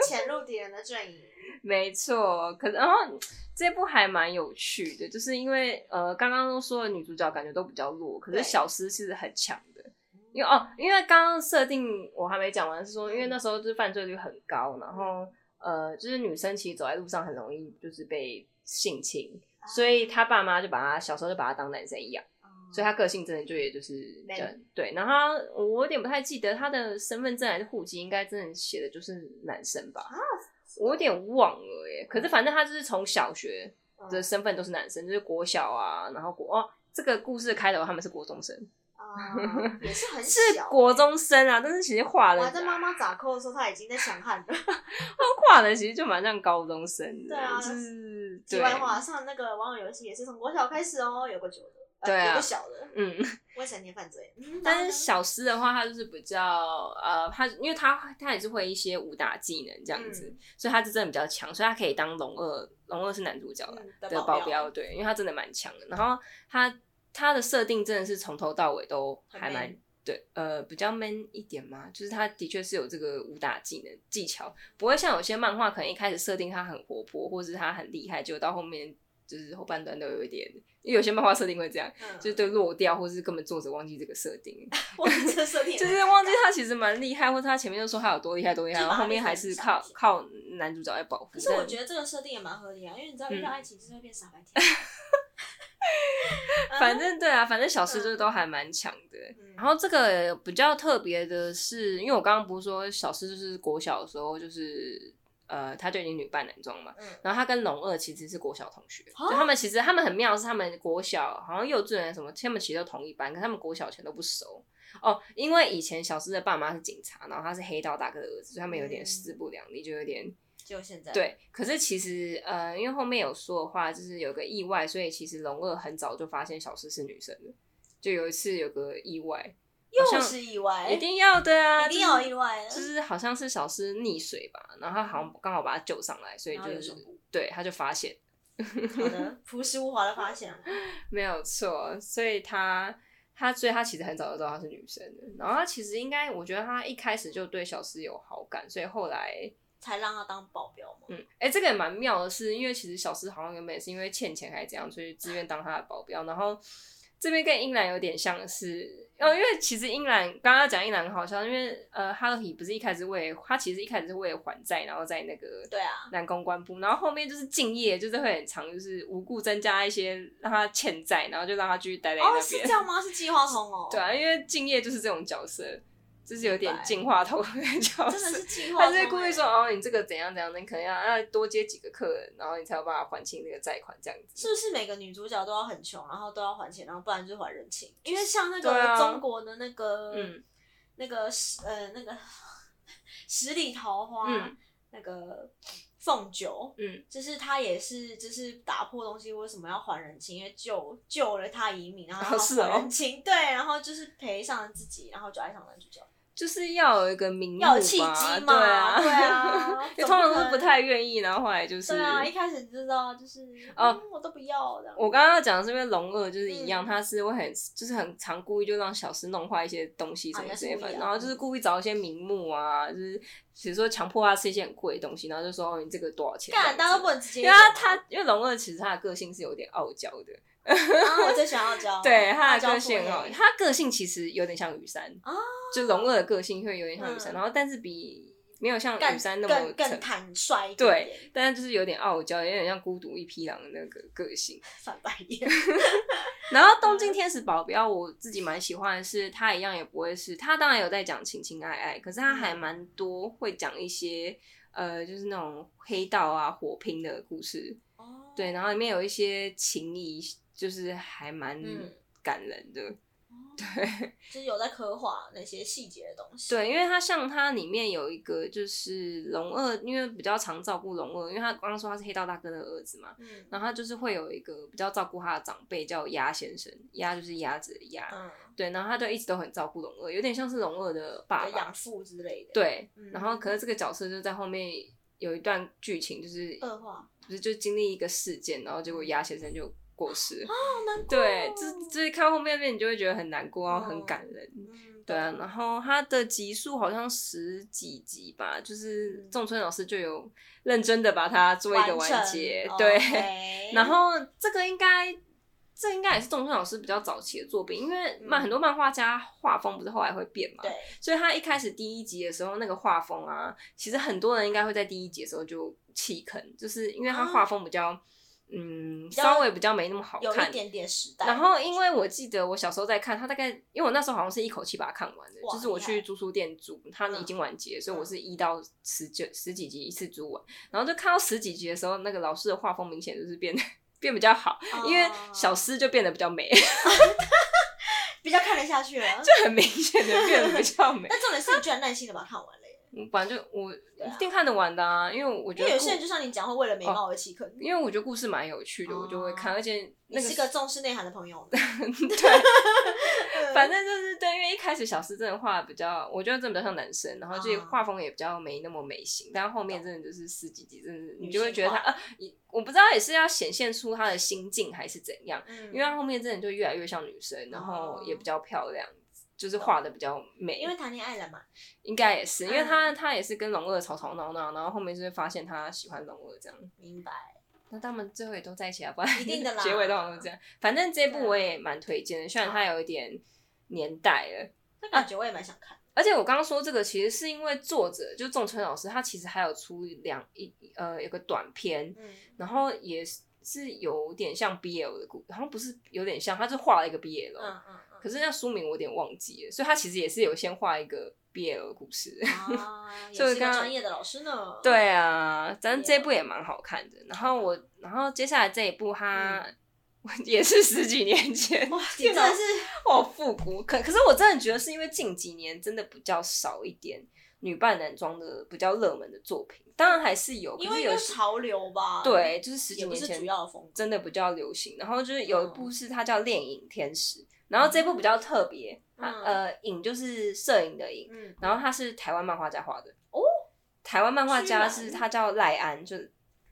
潜入敌人的阵营，
没错，可然后这部还蛮有趣的，就是因为呃，刚刚都说的女主角感觉都比较弱，可是
对
小诗其实很强的。因为哦，因为刚刚设定我还没讲完，是说因为那时候就是犯罪率很高，然后呃，就是女生其实走在路上很容易就是被性侵，所以她爸妈就把她小时候就把她当男生一样。
嗯
所以他个性真的就也就是
没
对对，然后他我有点不太记得他的身份证还是户籍，应该真的写的就是男生吧？
啊
我有点忘了耶。
嗯
可是反正他就是从小学的身份都是男生，就是国小啊，然后国哦，这个故事的开头他们是国中生，
啊，也是很
是
小。
国中生啊，但是其实画
我
的
还在妈妈咋扣的时候，他已经在想汉了。
画的其实就蛮像高中生的，
对啊
就是
题
对，
外话，上那个网友游戏也是从国小开始哦，有个久的，呃
对啊
有个小的
嗯。
未成年犯罪。嗯
但是小诗的话，他就是比较呃，他因为他他也是会一些武打技能这样子，
嗯
所以他是真的比较强，所以他可以当龙二，龙二是男主角啦
嗯
的保镖，对，因为他真的蛮强的。然后他他的设定真的是从头到尾都还
很
蛮
man
对，呃，比较 man 一点嘛，就是他的确是有这个武打技能技巧，不会像有些漫画可能一开始设定他很活泼，或是他很厉害，结果到后面就是后半段都有一点，因为有些漫画设定会这样，
嗯
就是都落掉，或是根本作者忘记这个设定，
我这个设 定也
就是忘记他其实蛮厉害，或者他前面就说他有多厉害多厉害，
就
然
把
后
他
后面还是靠
变成
靠男主角来保护。
可是我觉
得，
得这个设定也蛮合理啊，因为你知道
嗯
遇到爱情就是会变傻白甜。
反正对啊，反正小诗就是都还蛮强的。
嗯
然后这个比较特别的是，因为我刚刚不是说小诗就是国小的时候就是呃，他就已经女扮男装嘛。
嗯
然后他跟龙二其实是国小同学，
啊
就他们其实他们很妙，是他们国小好像幼稚园什么，他们其实都同一班，可他们国小全都不熟哦。因为以前小诗的爸妈是警察，然后他是黑道大哥的儿子，所以他们有点
嗯
势不两立，就有点
就现在，
对，可是其实呃，因为后面有说的话，就是有个意外，所以其实龙二很早就发现小诗是女生了。就有一次有个意外，
又是意外，
一定要的啊，
一定
就是
要有意外啊，
就是好像是小诗溺水吧，然后他好像刚好把他救上来，所以
然后
就
有
是
什么
对他就发现
好的，朴实无华的发现，
没有错，所以他他所以他其实很早就知道她是女生的，然后他其实应该我觉得他一开始就对小诗有好感，所以后来
才让他当保镖 嘛。
嗯，哎、这个也蛮妙的是，因为其实小诗好像原本也是因为欠钱还是怎样，所以自愿当他的保镖。然后这边跟英兰有点像是，哦，因为其实英兰刚刚讲英兰很好笑，因为呃，哈勒皮不是一开始为他其实一开始是为了还债，然后在那个
对啊，
南公关部，然后后面就是敬业，就是会很长，就是无故增加一些让他欠债，然后就让他继续待在
哦，
那
是
边。
这样吗？是计划通哦，
对，啊，因为敬业就是这种角色，就是有点
明白
进化头的角色，
真的是计划
他
通欸。
是故意说哦，你这个怎样怎样的，你可能要啊多接几个客人，然后你才有办法还清那个债款这样子。
是不是每个女主角都要很穷，然后都要还钱，然后不然就还人情？因为像那
对
个
啊
中国的那个，
嗯
那个十呃那个十里桃花，
嗯
那个凤九，
嗯，
就是他也是就是打破东西，为什么要还人情？因为救救了他一命，然后
哦是
他
哦
还人情，对，然后就是赔上了自己，然后就爱上男主角，
就是要有一个名目吧
要有契机
对
嘛，
啊，
对 啊，
因为通常都
总
是不
能。
太愿意，然后后来就是。
对啊，一开始知道就是
哦
嗯，我都不要的。
我刚刚讲的是因为龙二就是一样，
嗯
他是会很就是很常故意就让小诗弄坏一些东西什么之类
啊那是故
的，
意啊
然后就是故意找一些名目啊，就是比如说强迫他吃一些很贵的东西，然后就说哦你这个多少钱？
干，
这
大家
样
都
子
不能直接
因为
讲
他
啊。
他因为龙二其实他的个性是有点傲娇的，
然后我最 喜欢傲娇，
对他
傲
的
娇
个性哦
妇
很好，
女
他个性其实有点像雨山
哦
就龙二的个性会有点像雨山，
嗯
然后但是比没有像
更
雨山那么
更
沉
更，坦率一点
对
点，
但是就是有点傲娇，有点像孤独一匹狼的那个个性。
翻白眼。
然后东
嗯
京天使保镖我自己蛮喜欢的是，他一样也不会是，他当然有在讲情情爱爱，可是他
嗯
还蛮多会讲一些呃，就是那种黑道啊火拼的故事，
哦
对，然后里面有一些情谊，就是还蛮
嗯
感人的。
对，就是有在刻画那些细节的东西。
对，因为它像它里面有一个就是龙二，因为比较常照顾龙二，因为他刚刚说他是黑道大哥的儿子嘛，
嗯，
然后他就是会有一个比较照顾他的长辈叫鸭先生，鸭就是鸭子的鸭，
嗯，
对，然后他就一直都很照顾龙二，有点像是龙二的爸
有
爸
养，父之类的。，
对
嗯，
然后可是这个角色就在后面有一段剧情，就是
恶化，
不是就经历一个事件，然后结果鸭先生就过世了，
好难过。
对，这这看后面面你就会觉得很难过，然后
哦
很感人，
嗯，
对啊，然后他的集数好像十几集吧，就是
嗯
仲村老师就有认真的把它做一个完结，
成哦
对。
OK
然后这个应该，这应该也是仲村老师比较早期的作品，因为漫、
嗯
很多漫画家画风不是后来会变嘛，
对，
所以他一开始第一集的时候那个画风啊，其实很多人应该会在第一集的时候就弃坑，就是因为他
啊
画风比较，嗯，
较
稍微比较没那么好
有
看
一，点点时代。
然后因为我记得我小时候在看，它大概因为我那时候好像是一口气把它看完的，
哇
就是我
厉
去
害
租书店租，它
嗯
已经完结，所以我
嗯
是一到十九十几集一次租完，然后就看到十几集的时候，那个老师的画风明显就是变得 变比较好，
哦
因为小诗就变得比较美，
比较看得下去 了，
很明显的变得比较 美。
但重点是你居然耐心的把它看完了耶。
我反正就我
对啊
一定看得完的啊，因为我觉得
因为有
故
些人就像你讲，会为了美貌而弃坑。
因为我觉得故事蛮有趣的，我就会看，
哦
而且
你
那
是
个
个重视内涵的 朋友，嗯
反正就是对，因为一开始小诗真的画得比较，我觉得真的比较像男生，然后就
啊
画风也比较没那么美型，但后面真的就是十几集，真的
女
你就会
性
觉得他
化
呃，你我不知道也是要显现出他的心境还是怎样，
嗯，哦
因为他后面真的就越来越像女生，然后也比较漂亮。就是画的比较美，
因为嗯谈恋爱了嘛，
应该也是，因为他他也是跟龙二吵吵闹闹，然后后面就是发现他喜欢龙二这样，
明白。
那他们最后也都在一起啊，不然
一定的 啦
结尾都好像都这样。反正这部
对啊
我也蛮推荐的，虽然它有一点年代了，
那感觉我也蛮想看。
而且我刚刚说这个，其实是因为作者就仲村老师，他其实还有出两一呃有个短片，
嗯，
然后也是是有点像 BL 的故，好像不是有点像，他就画了一个 BL，、
嗯嗯嗯，
可是那书名我有点忘记了，所以他其实也是有先画一个 BL 故事。
啊， 也
所以
是一个
刚刚
专业的老师呢。
对啊，咱这部也蛮好看的。然后我，然后接下来这一部它，我 也是十几年前，
嗯哇，你真的是
好复古。可可是我真的觉得是因为近几年真的比较少一点女扮男装的比较热门的作品，当然还是有，可
因为
是
一
有
个
些
潮流吧？，
对，就是十几
也不
年
是
前
主要的风格。
真的比较流行。然后就是有一部
嗯
是它叫《恋影天使》，然后这部比较特别，它
嗯
呃影就是摄影的影，
嗯，
然后它是台湾漫画家画的
哦。
台湾漫画家
居
是
然
他叫赖安，就是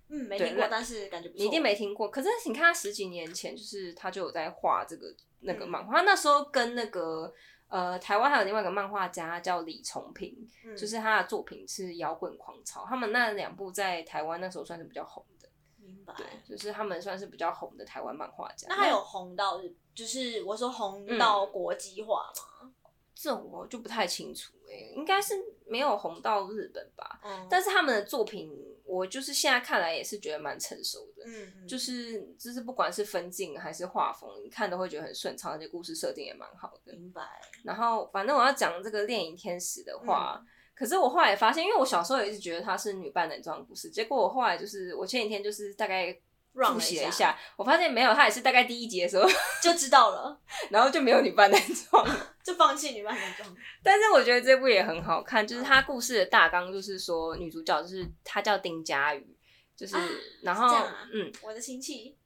嗯，没
对
听过
那，
但是感觉不错。
你一定没听过。可是你看他十几年前，就是他就有在画这个那个
嗯
漫画，他那时候跟那个呃台湾还有另外一个漫画家叫李崇平，
嗯，
就是他的作品是《摇滚狂潮》，他们那两部在台湾那时候算是比较红的。
明
对
白。，
就是他们算是比较红的台湾漫画家。
哎那他有红到日，就是我说红到国际化嘛？
这我就不太清楚哎、欸，应该是没有红到日本吧？
嗯，
但是他们的作品，我就是现在看来也是觉得蛮成熟的。
嗯，
就是是就是不管是分镜还是画风，你看都会觉得很顺畅，而且故事设定也蛮好的。
明白。
然后反正我要讲这个《恋影天使》的话，
嗯
可是我后来发现，因为我小时候也一直觉得它是女扮男装的故事，结果我后来就是我前几天就是大概
run 了
复习了
一
一下，我发现没有，它也是大概第一集的时候
就知道了，
然后就没有女扮男装。
就放弃女扮男装。
但是我觉得这部也很好看，
嗯
就是它故事的大纲就是说女主角就是她叫丁佳宇，就是、
啊
然后
是这样啊
嗯，
我的亲戚，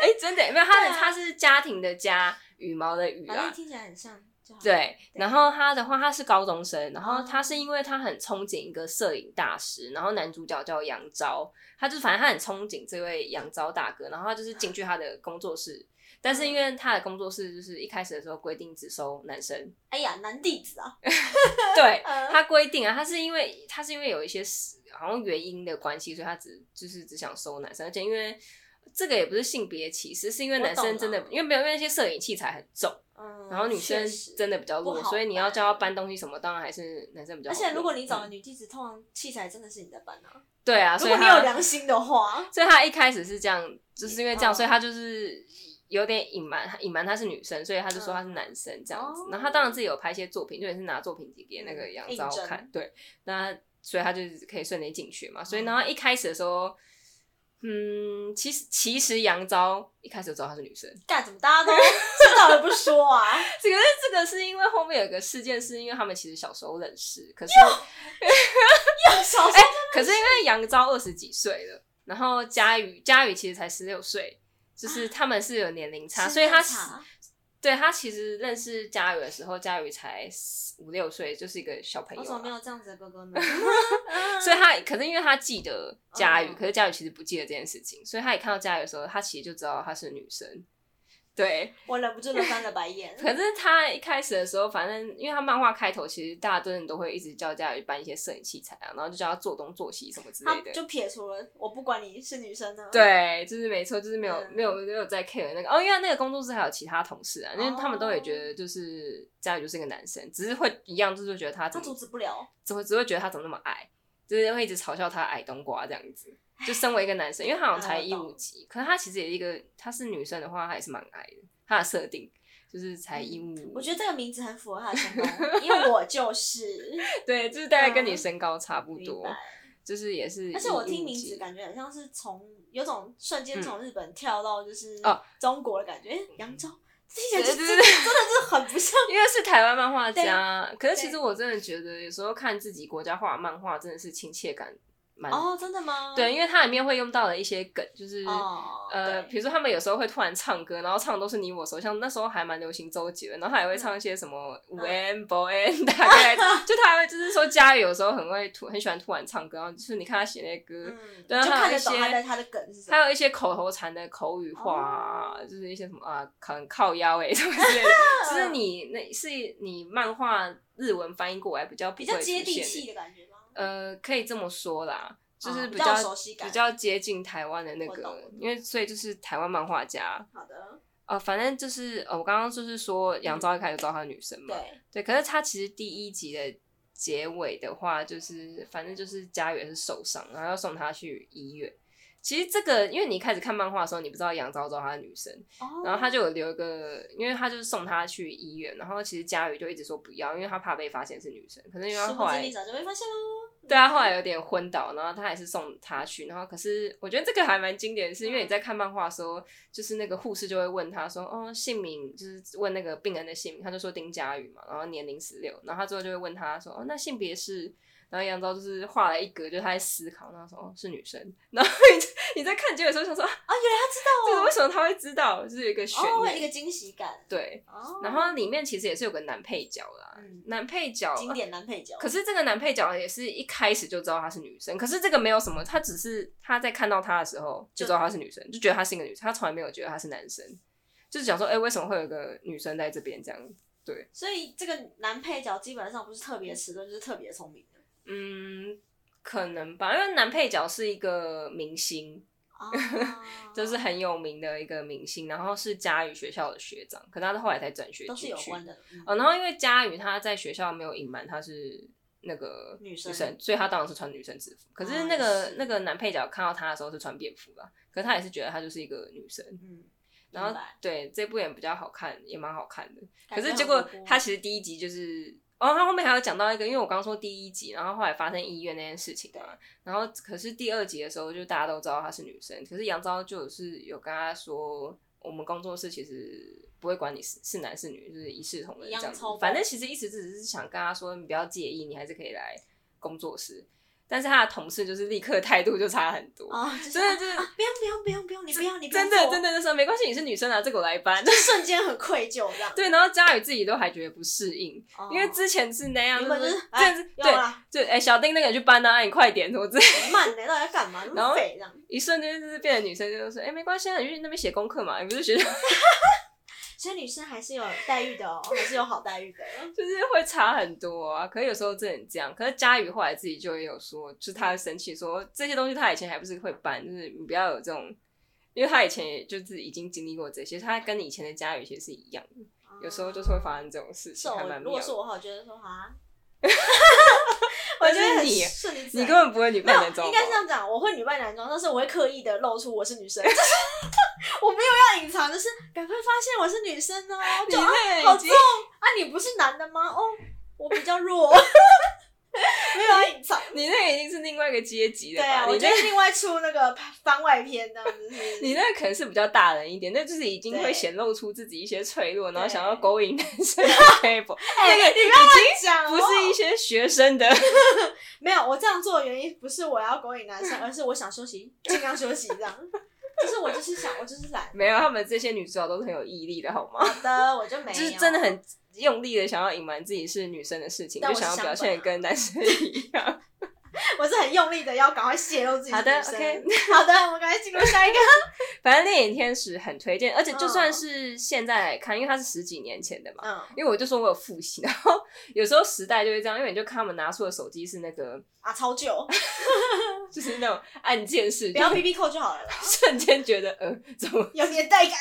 哎、真的没有她的
对啊
她是家庭的家，羽毛的羽
反正
啊。
听起来很像就好。
对，
对
然后她的话，她是高中生，然后
哦
她是因为她很憧憬一个摄影大师，然后男主角叫杨昭，她就反正她很憧憬这位杨昭大哥，然后她就是进去他的工作室，但是因为他的工作室就是一开始的时候规定只收男 生，
哎呀，男弟子啊，
对，
呃
他规定啊，他是因为他是因为有一些死好像原因的关系，所以他只就是只想收男生，而且因为这个也不是性别歧视，是因为男生真的
我懂啊
因为没有因为那些摄影器材很重，
嗯
然后女生
确实
真的比较
不
弱，
好
所以你要
搬
叫他搬东西什么，当然还是男生比较
而
好用。
且如果你找的
嗯
女弟子，通常器材真的是你在搬啊。
对啊，
如
所以
果你
他
有良心的话，
所以他一开始是这样，就是因为这样，
嗯
所以他就是有点隐瞒隐瞒他是女生，所以他就说他是男生这样子。
嗯哦
然后他当然自己有拍一些作品，就也是拿作品集给那个
嗯
杨
应
昭
征
看，对，那所以他就是可以顺利进去嘛。
哦
所以呢，一开始的时候。嗯，其实其实杨昭一开始就知道她是女生，
干怎么大家 都知道了不说 啊？
这个这个是因为后面有个事件，是因为他们其实小时候认识，可是
小时
哎
候，
可是因为杨昭二十几岁了，然后佳宇佳宇其实才十六岁，
啊
就是他们是有年龄差，所以他
吃奶茶
对他其实认识佳宇的时候，佳宇才五六岁，就是一个小朋友
我哦怎么没
啊、
有这样子的哥哥呢？
所以他可是因为他记得佳宇，
嗯
可是佳宇其实不记得这件事情，所以他一看到佳宇的时候，他其实就知道她是女生。对，
我忍不住的翻了 白眼。
可是他一开始的时候，反正因为他漫画开头，其实大家真的都会一直叫佳宇搬一些摄影器材啊，然后就叫他做东做西什么之
他
类的。
就撇除了，我不管你是女生呢。，
对，就是没错，就是没有、
嗯
没有没有在 care 那个哦，因为那个工作室还有其他同事啊，因为他们都也觉
哦
得就是佳宇就是一个男生，只是会一样，就是觉得他怎
他
么
阻止不了。
只会只会觉得他怎么那么矮，就是会一直嘲笑他矮冬瓜这样子。就身为一个男生，因为他好像才
嗯
一
我懂
五级，可是他其实也是一个，他是女生的话，他也是蛮矮的。他的设定就是才一五，
嗯我觉得这个名字很符合他的身高，因为我 就是。
对，就是大概跟你
嗯
身高差不
明
多，
白。
就是也是1.5级。
而且我听名字感觉很像是从有种瞬间从日本跳到就是
嗯哦嗯
中国的感觉，诶扬州听起来
对
就
对对
真的真的就是很不像。
因为是台湾漫画家，可是其实我真的觉得有时候看自己国家画的漫画真的是亲切感蛮。
哦，真的吗？
对，因为它里面会用到的一些梗，就是、
哦，
呃，
对
比如说他们有时候会突然唱歌，然后唱的都是你我熟，像那时候还蛮流行周杰伦，然后他也会
嗯
唱一些什么五 M、b o M，大概就他还会就是说佳宇有时候很会突很喜欢突然唱歌，然后就是你看他写那歌，
嗯，
对啊
就
还有
看得
一
懂
些
他的他的梗是什
还
么。嗯
有一些口头禅的口语化啊，就是一些什么啊，很靠腰哎、欸、 什么之 类的，就是你那是你漫画日文翻译过来比较不
比较
会
接
出
地
现
气
的，
的感觉吗？
呃，可以这么说啦，就是
嗯
比
比较
较、
有熟悉感
比较接近台湾的那
我懂我
个
懂，
因为所以就是台湾漫画家，
好的，
呃，反正就是呃，我刚刚就是说
嗯
杨昭一开始知道她是女生嘛，对，
对，
可是她其实第一集的。结尾的话，就是反正就是佳宇也是受伤，然后要送她去医院，其实这个，因为你一开始看漫画的时候，你不知道杨昭昭她是女生，
哦
然后他就有留一个，因为他就是送她去医院，然后其实佳宇就一直说不要，因为他怕被发现是女生。可是因为他
殊
后
哦不知
来
你早就被发现喽。
对啊，后来有点昏倒，然后他还是送他去。然后可是我觉得这个还蛮经典的是，因
嗯
为你在看漫画的时候，就是那个护士就会问他说：“哦，姓名就是问那个病人的姓名。”他就说丁佳宇嘛，然后年龄十六，然后他最后就会问他说：“哦，那性别是？”然后杨昭就是画了一格，就他在思考，然后说：“哦，是女生。” 然后你你在看结尾的时候想说啊：“
啊，原来他
这
知
个
道
为什么他会知道？”就是有一个悬
哦，哦，会有一
念。
个惊喜感。
对，
哦，
然后里面其实也是有个男配角啦，
嗯
男配角
经典男配角。
可是这个男配角也是一开始就知道她是女生，可是这个没有什么，他只是他在看到她的时候就知道她是女生，就觉得她是一个女生，他从来没有觉得她是男生，就是想说，哎、为什么会有一个女生在这边这样？
所以这个男配角基本上不是特别迟钝，就是特别聪明的。
嗯，可能吧，因为男配角是一个明星，，
啊
就是很有名的一个明星，然后是佳宇学校的学长，可他是后来才转学
都是
进
有
去。
关的。嗯
哦，然后因为佳宇她在学校没有隐瞒她是那个
女生
所以她当然是穿女生制服。可是
哦
那个、
也是
那个男配角看到她的时候是穿便服啦，可是他也是觉得她就是一个女生。
嗯，
然后
明白
对这部也比较好看，也蛮好看的。可
感觉
是
很
结果
无辜
他其实第一集就是。哦，他后面还有讲到一个，因为我刚刚说第一集，然后后来发生医院那件事情嘛，然后可是第二集的时候，就大家都知道她是女生，可是杨昭就是有跟她说，我们工作室其实不会管你是是男是女，就是一视同仁
一
这
样
样子
操
反
办。
正其实一直只是想跟她说，你不要介意，你还是可以来工作室。但是她的同事就是立刻态度就差很多，
啊，就是
真的就是
啊，不用不用不用不用，你不要你不要
真的
做
真的就说没关系，你是女生啊，这个我来搬
就。瞬间很愧疚这样。
对，然后佳宇自己都还觉得不适应，
哦，
因为之前是那样，
原本就是是
这
哎
是
有
对，
啦，
就哎小丁那个人去搬啊，哎你快点，什么之类的，
慢的，到底在干嘛？那
然后
么废这样。
一瞬间就是变成女生就说，哎没关系，啊，你去那边写功课嘛，你不是学校
所以女生还是有待遇的哦，还是有好待遇的。
就是会差很多啊。可是有时候真的这样，可是佳宇后来自己就也有说，就是他生气说这些东西他以前还不是会搬，就是你不要有这种。因为他以前也就是已经经历过这些，他跟以前的佳宇其实是一样的，有时候就是会发生这种事
是
情，还
我
蛮
哦如
妙
果是
的。
我的话，我觉得说啊，我
但
觉得
是
很
你，
顺其
你
自然
根本不会女
没
扮
有
男，装吧，
应该是这样讲，我会女扮男装，但是我会刻意的露出我是女生，就是 我没有要隐藏，就是赶快发现我是女生哦，
你
就啊
那
好
已
重
经
啊，你不是男的吗？哦，我比较弱， 没有要隐藏。
你那个已经是另外一个阶级了
对
吧？
啊，我
你
就
那
另外出那个番外篇这样子 是，
你那个可能是比较大人一点，那就是已经会
对
显露出自己一些脆弱，
对哎
然后想要勾引男 生的 level，那个已经
讲哦
不是一
一
些学生的。
没有，我这样做的原因不是我要勾引男生，而是我想休息，尽量休息这样。就是我就是想，我就是懒。
没有，他们这些女主角都是很有毅力的，好吗？
好的，我就没有。
就是真的很用力的想要隐瞒自己是女生的事情，
但
就
我
想
是
要表现的
相反啊
跟男生一样。
我是很用力的要赶快泄露自己是
好的
女生
OK
好的，我们赶快进入下一个。
反正《猎影天使》很推荐，而且就
嗯
算是现在来看，因为它是十几年前的嘛，
嗯
因为我就说我有复习， 然后有时候时代就会这样，因为你就看他们拿出的手机是那个，
啊，超旧，
就是那种按键式，
不 要
就
B B 扣就好了啦，
瞬间觉得呃怎么？
有年代感。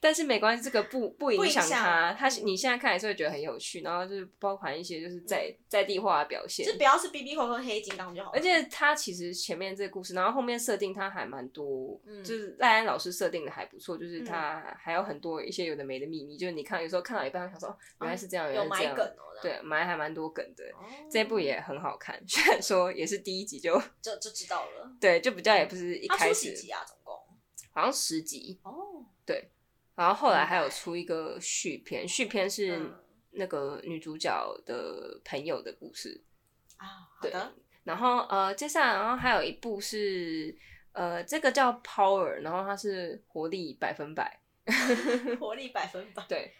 但是没关系，这个不不影响
不影
他，
响
他你现在看还是会觉得很有趣，然后就是包含一些就是在、在地化的表现
就。不嗯要是 B B 扣跟黑金刚就好了。
而且他其实前面这个故事，然后后面设定他还蛮多，
嗯
就是赖安老师设定的还不错，就是他还有很多一些有的没的秘密，就是你看有时候看到一半，想说哦原来是这样，原来是这
有埋
样，
梗哦，这样，
对，埋还蛮多梗的。
哦
这部也很好看， 虽然说也是第一集就
就就知道了。
对，就比较也不是一
它
开
出几
始，
集啊？总共
好像十集，
哦，
然后后来还有出一个续篇，续篇是
嗯
那个女主角的朋友的故事。
啊，好
对
的，
然后呃，接下来然后还有一部是呃，这个叫 Power，然后它是活力百分百。
活力百分百。
对，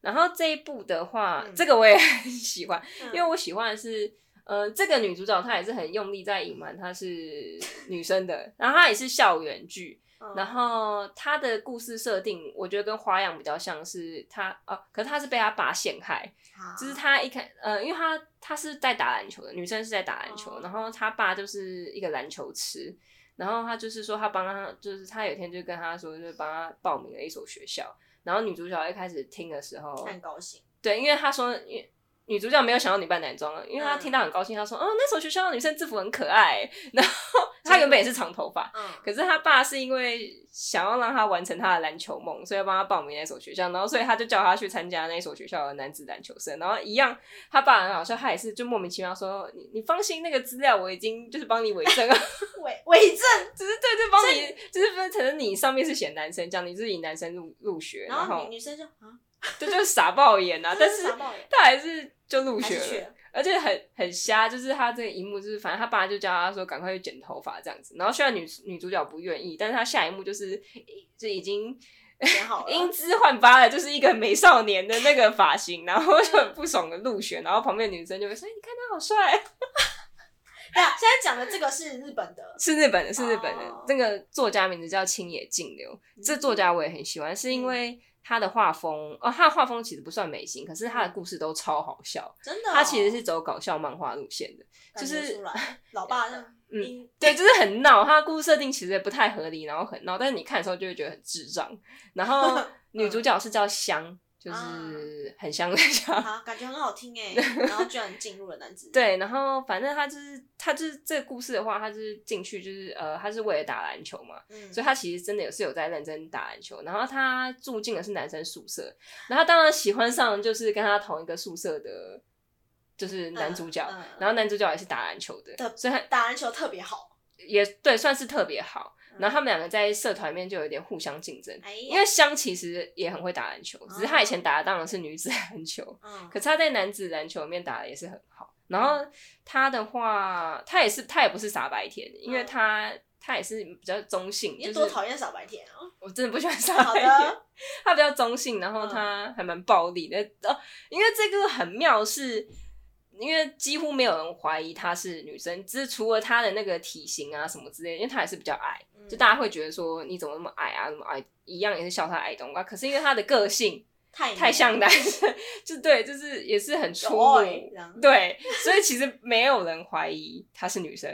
然后这一部的话，
嗯
这个我也 很喜欢，
嗯
因为我喜欢的是。呃，这个女主角她也是很用力在隐瞒她是女生的，然后她也是校园剧，
嗯
然后他的故事设定，我觉得跟花样比较像是他啊、呃可是他是被他爸陷害，
嗯好
就是他一开呃，因为他他是在打篮球的，女生是在打篮球，
哦
然后他爸就是一个篮球痴，然后他就是说他帮他，就是他有一天就跟他说，就是帮他报名了一所学校，然后女主角一开始听的时候，
很高兴，
对，因为他说因为女主角没有想到女扮男装了，因为她听到很高兴，她说：“哦，那所学校的女生制服很可爱。”然后他原本也是长头发，
嗯，
可是他爸是因为想要让他完成他的篮球梦，所以帮他报名那所学校，然后所以他就叫他去参加那所学校的男子篮球社，然后一样，他爸很好笑，他也是就莫名其妙说，你你放心，那个资料我已经就是帮你伪证了，
伪伪证，
只是对对帮你，就是分成你上面是写男生，这样你是以男生入入学，然
然后
后
女女生就啊，
这就是傻爆眼 啊，但是
傻爆眼
他还是就入
还
学
是
了，
去了，
而且很很瞎，就是他这个一幕就是，反正他爸就叫他说赶快去剪头发这样子。然后虽然女女主角不愿意，但是他下一幕就是就已经
选好了，
英姿焕发了，就是一个美少年的那个发型，然后就很不爽的入选，然后旁边的女生就会说：“哎你看他好帅。
对啊，现在讲的这个是日本的”，
是日本的，是日本的。
哦
那个作家名字叫青野静流，这作家我也很喜欢，是因
嗯
为他的画风哦，他的画风其实不算美型，可是他的故事都超好笑，
真的哦，
他其实是走搞笑漫画路线的。
感
就
觉
是
出来老爸那种
嗯
英
对，就是很闹，它的故事设定其实也不太合理，然后很闹，但是你看的时候就会觉得很智障。然
嗯
后女主角是叫香，就是很香的香。
啊，感觉很好听哎，然后居然进入了男子，，
嗯对，然后反正她就是她就是这个故事的话，她就是进去就是呃，她是为了打篮球嘛，
嗯，
所以她其实真的也是有在认真打篮球。然后她住进的是男生宿舍，然后当然喜欢上就是跟她同一个宿舍的，就是男主角。
嗯嗯
然后男主角也是打篮球的，
的
所以他
嗯打篮球特别好，
也对算是特别好。然后他们两个在社团里面就有点互相竞争，
嗯哎哦呀，
因为香其实也很会打篮球，只是他以前打的当然是女子篮球，
嗯
可是他在男子篮球里面打的也是很好。然后他的话，他也是他也不是傻白甜，因为他他也是比较中性，
嗯你
就
有
是
多讨厌傻白甜啊！
我真的不喜欢傻
好
白甜
的，， 嗯
他比较中性，然后他还蛮暴力的哦，因为这个很妙是。因为几乎没有人怀疑她是女生，只是除了她的那个体型啊什么之类的，因为她也是比较矮，就
嗯
大家会觉得说你怎么那么矮啊，那么矮，一样也是笑他矮冬瓜。可是因为他的个性
太
太像男生，就对，就是也是很粗
嗯有欸
鲁
这，样
对，所以其实没有人怀疑她是女 生，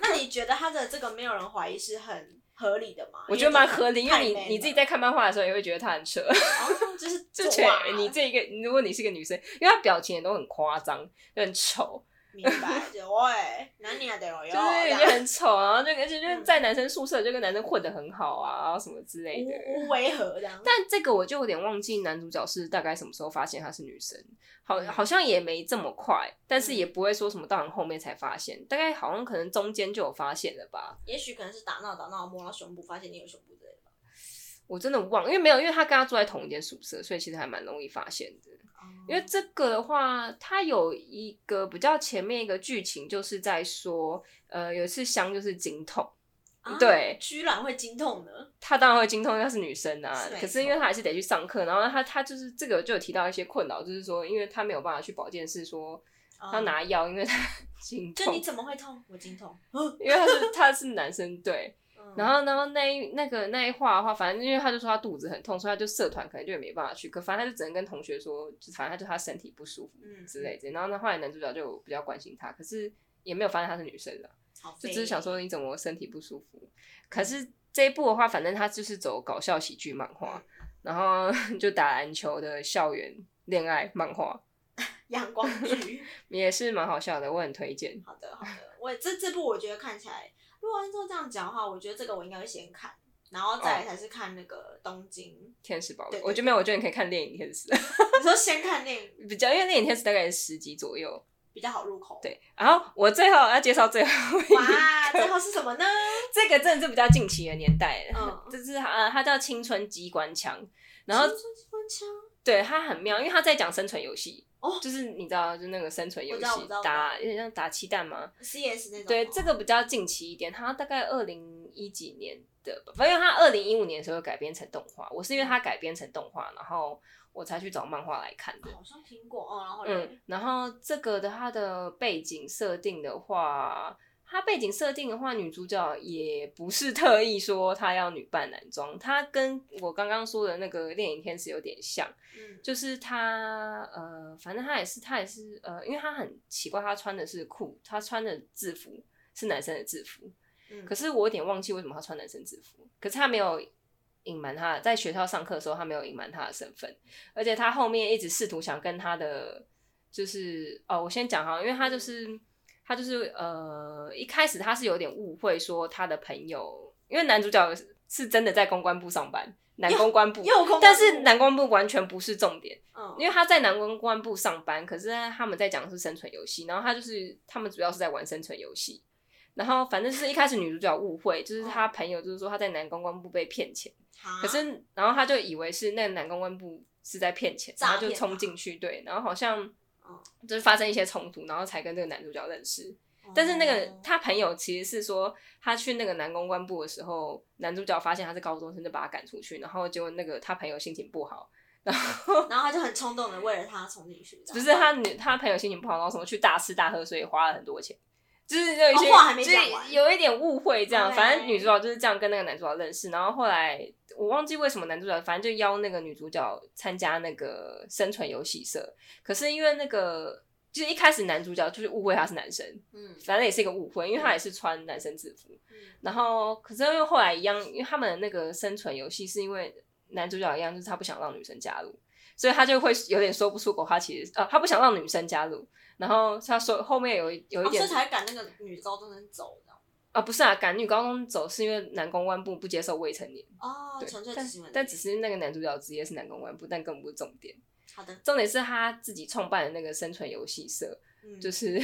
那你觉得他的这个没有人怀疑是很合理的吗？
我觉得蛮合理，因
太
为
man 了
你你自己在看漫画的时候也会觉得她很扯，
哦就是
就觉
哇
得你这一个，如果你是个女生，因为她表情也都很夸张，就很丑，
明白就喂，啊那你也得有
就是也很丑，然后就而且就是
哦嗯
在男生宿舍就跟男生混的很好啊，然后什么之类的。
无 无违和这样。
但这个我就有点忘记男主角是大概什么时候发现她是女生，好
嗯
好像也没这么快，但是也不会说什么到很后面才发现，大概好像可能中间就有发现了吧，
也许可能是打闹打闹摸到胸部，发现你有胸部之类的。
我真的忘，因为没有，因为他跟他住在同一间宿舍，所以其实还蛮容易发现的。因
哦
为这个的话，它有一个比较前面一个剧情，就是在说，呃，有一次香就是经痛，
啊
对
居然会经痛的，
她当然会精通，因为她是女生啊
是。没
可是因为她还是得去上课，然后她她就是这个就有提到一些困扰，就是说，因为她没有办法去保健室说她
嗯
拿药，因为她 经
就
痛
你，怎么会痛？我 经痛。
因为她是她是男生对。
嗯
然后然后那一那个那一话的话，反正因为她就说她肚子很痛，所以她就社团可能就也没办法去，可反正她就只能跟同学说，就反正她就她身体不舒服
嗯
之类的。然后呢，后来男主角就比较关心她，可是也没有发现她是女生啊。
好
就
废
只是想说你怎么身体不舒服。可是这一部的话，反正他就是走搞笑喜剧漫画，
嗯
然后就打篮球的校园恋爱漫画，
阳光剧。
也是蛮好笑的，我很推荐。
好的，好的。我也这这部我觉得看起来，如果按照这样讲的话，我觉得这个我应该会先看，然后再
哦
来才是看那个东京。
天使宝
对
贝，
对
我觉得没有，我觉得你可以看《恋影天使》
你说先看那个
比较，因为《恋影天使》大概是十集左右。
比较好入口。。
对，然后我最后要介绍最后一
哇，最后是什么呢？
这个真的是比较近期的年代，
嗯
这是呃，它叫《青春机关枪》， 然 后
青春机关枪
对它很妙，因为它在讲生存游戏，
哦
就是你知道，就是那个生存游
我
戏
知道我知道，
打有点像打鸡蛋嘛，
CS 那种。
对，这个比较近期一点，它大概二零一几年的吧，反正它二零一五年的时候改编成动画，我是
嗯
因为它改编成动画，然后我才去找漫画来看的。
好像听过哦，然后嘞
嗯，然后这个的它的背景设定的话，它背景设定的话，女主角也不是特意说她要女扮男装，她跟我刚刚说的那个《恋影天使》有点像，
嗯
就是她呃，反正她也是她也是呃，因为她很奇怪，她穿的是裤，她穿的制服是男生的制服，
嗯，
可是我有点忘记为什么她穿男生制服，可是她没有隐瞒她在学校上课的时候，她没有隐瞒她的身份，而且她后面一直试图想跟她的就是哦，我先讲哈，因为她就是他就是呃一开始他是有点误会，说他的朋友，因为男主角是真的在公关部上班，男公关部，
又空，
但是男公关部完全不是重点。
嗯，
因为他在南公关部上班，可是他们在讲的是生存游戏，然后他就是他们主要是在玩生存游戏，然后反正就是一开始女主角误会，就是她朋友就是说她在南公关部被骗钱，
哈
可是然后她就以为是那个南公关部是在骗钱，然
诈
后
骗
就冲进去，对，然后好像
嗯
就是发生一些冲突，然后才跟这个男主角认识。但 是那个
哦
他朋友其实是说，他去那个男公关部的时候，男主角发现他是高中生，就把他赶出去，然后结果那个他朋友心情不好。
然后他就很冲动的为了他冲进去，这样
不是他女他朋友心情不好，然后什么去大吃大喝，所以花了很多钱，就是有一些、
哦话还没
就是
讲完
有一点误会这样。
OK
反正女主角就是这样跟那个男主角认识，然后后来我忘记为什么男主角反正就邀那个女主角参加那个生存游戏社，可是因为那个就是一开始男主角就是误会他是男生，
嗯
反正也是一个误会，因为他也是穿男生制服，
嗯
然后可是又后来一样，因为他们的那个生存游戏是因为男主角一样，就是他不想让女生加入，所以他就会有点说不出口。他其实呃，他不想让女生加入，然后他说后面有一有一
哦所
点
以才赶那个女高中生走的
啊、不是啊，赶女高中走是因为男公关部不接受未成年，
哦，
对
纯粹
但
只是因为
但只是那个男主角职业是男公关部，但更不是重点，
好的，
重点是他自己创办的那个生存游戏社，
嗯
就是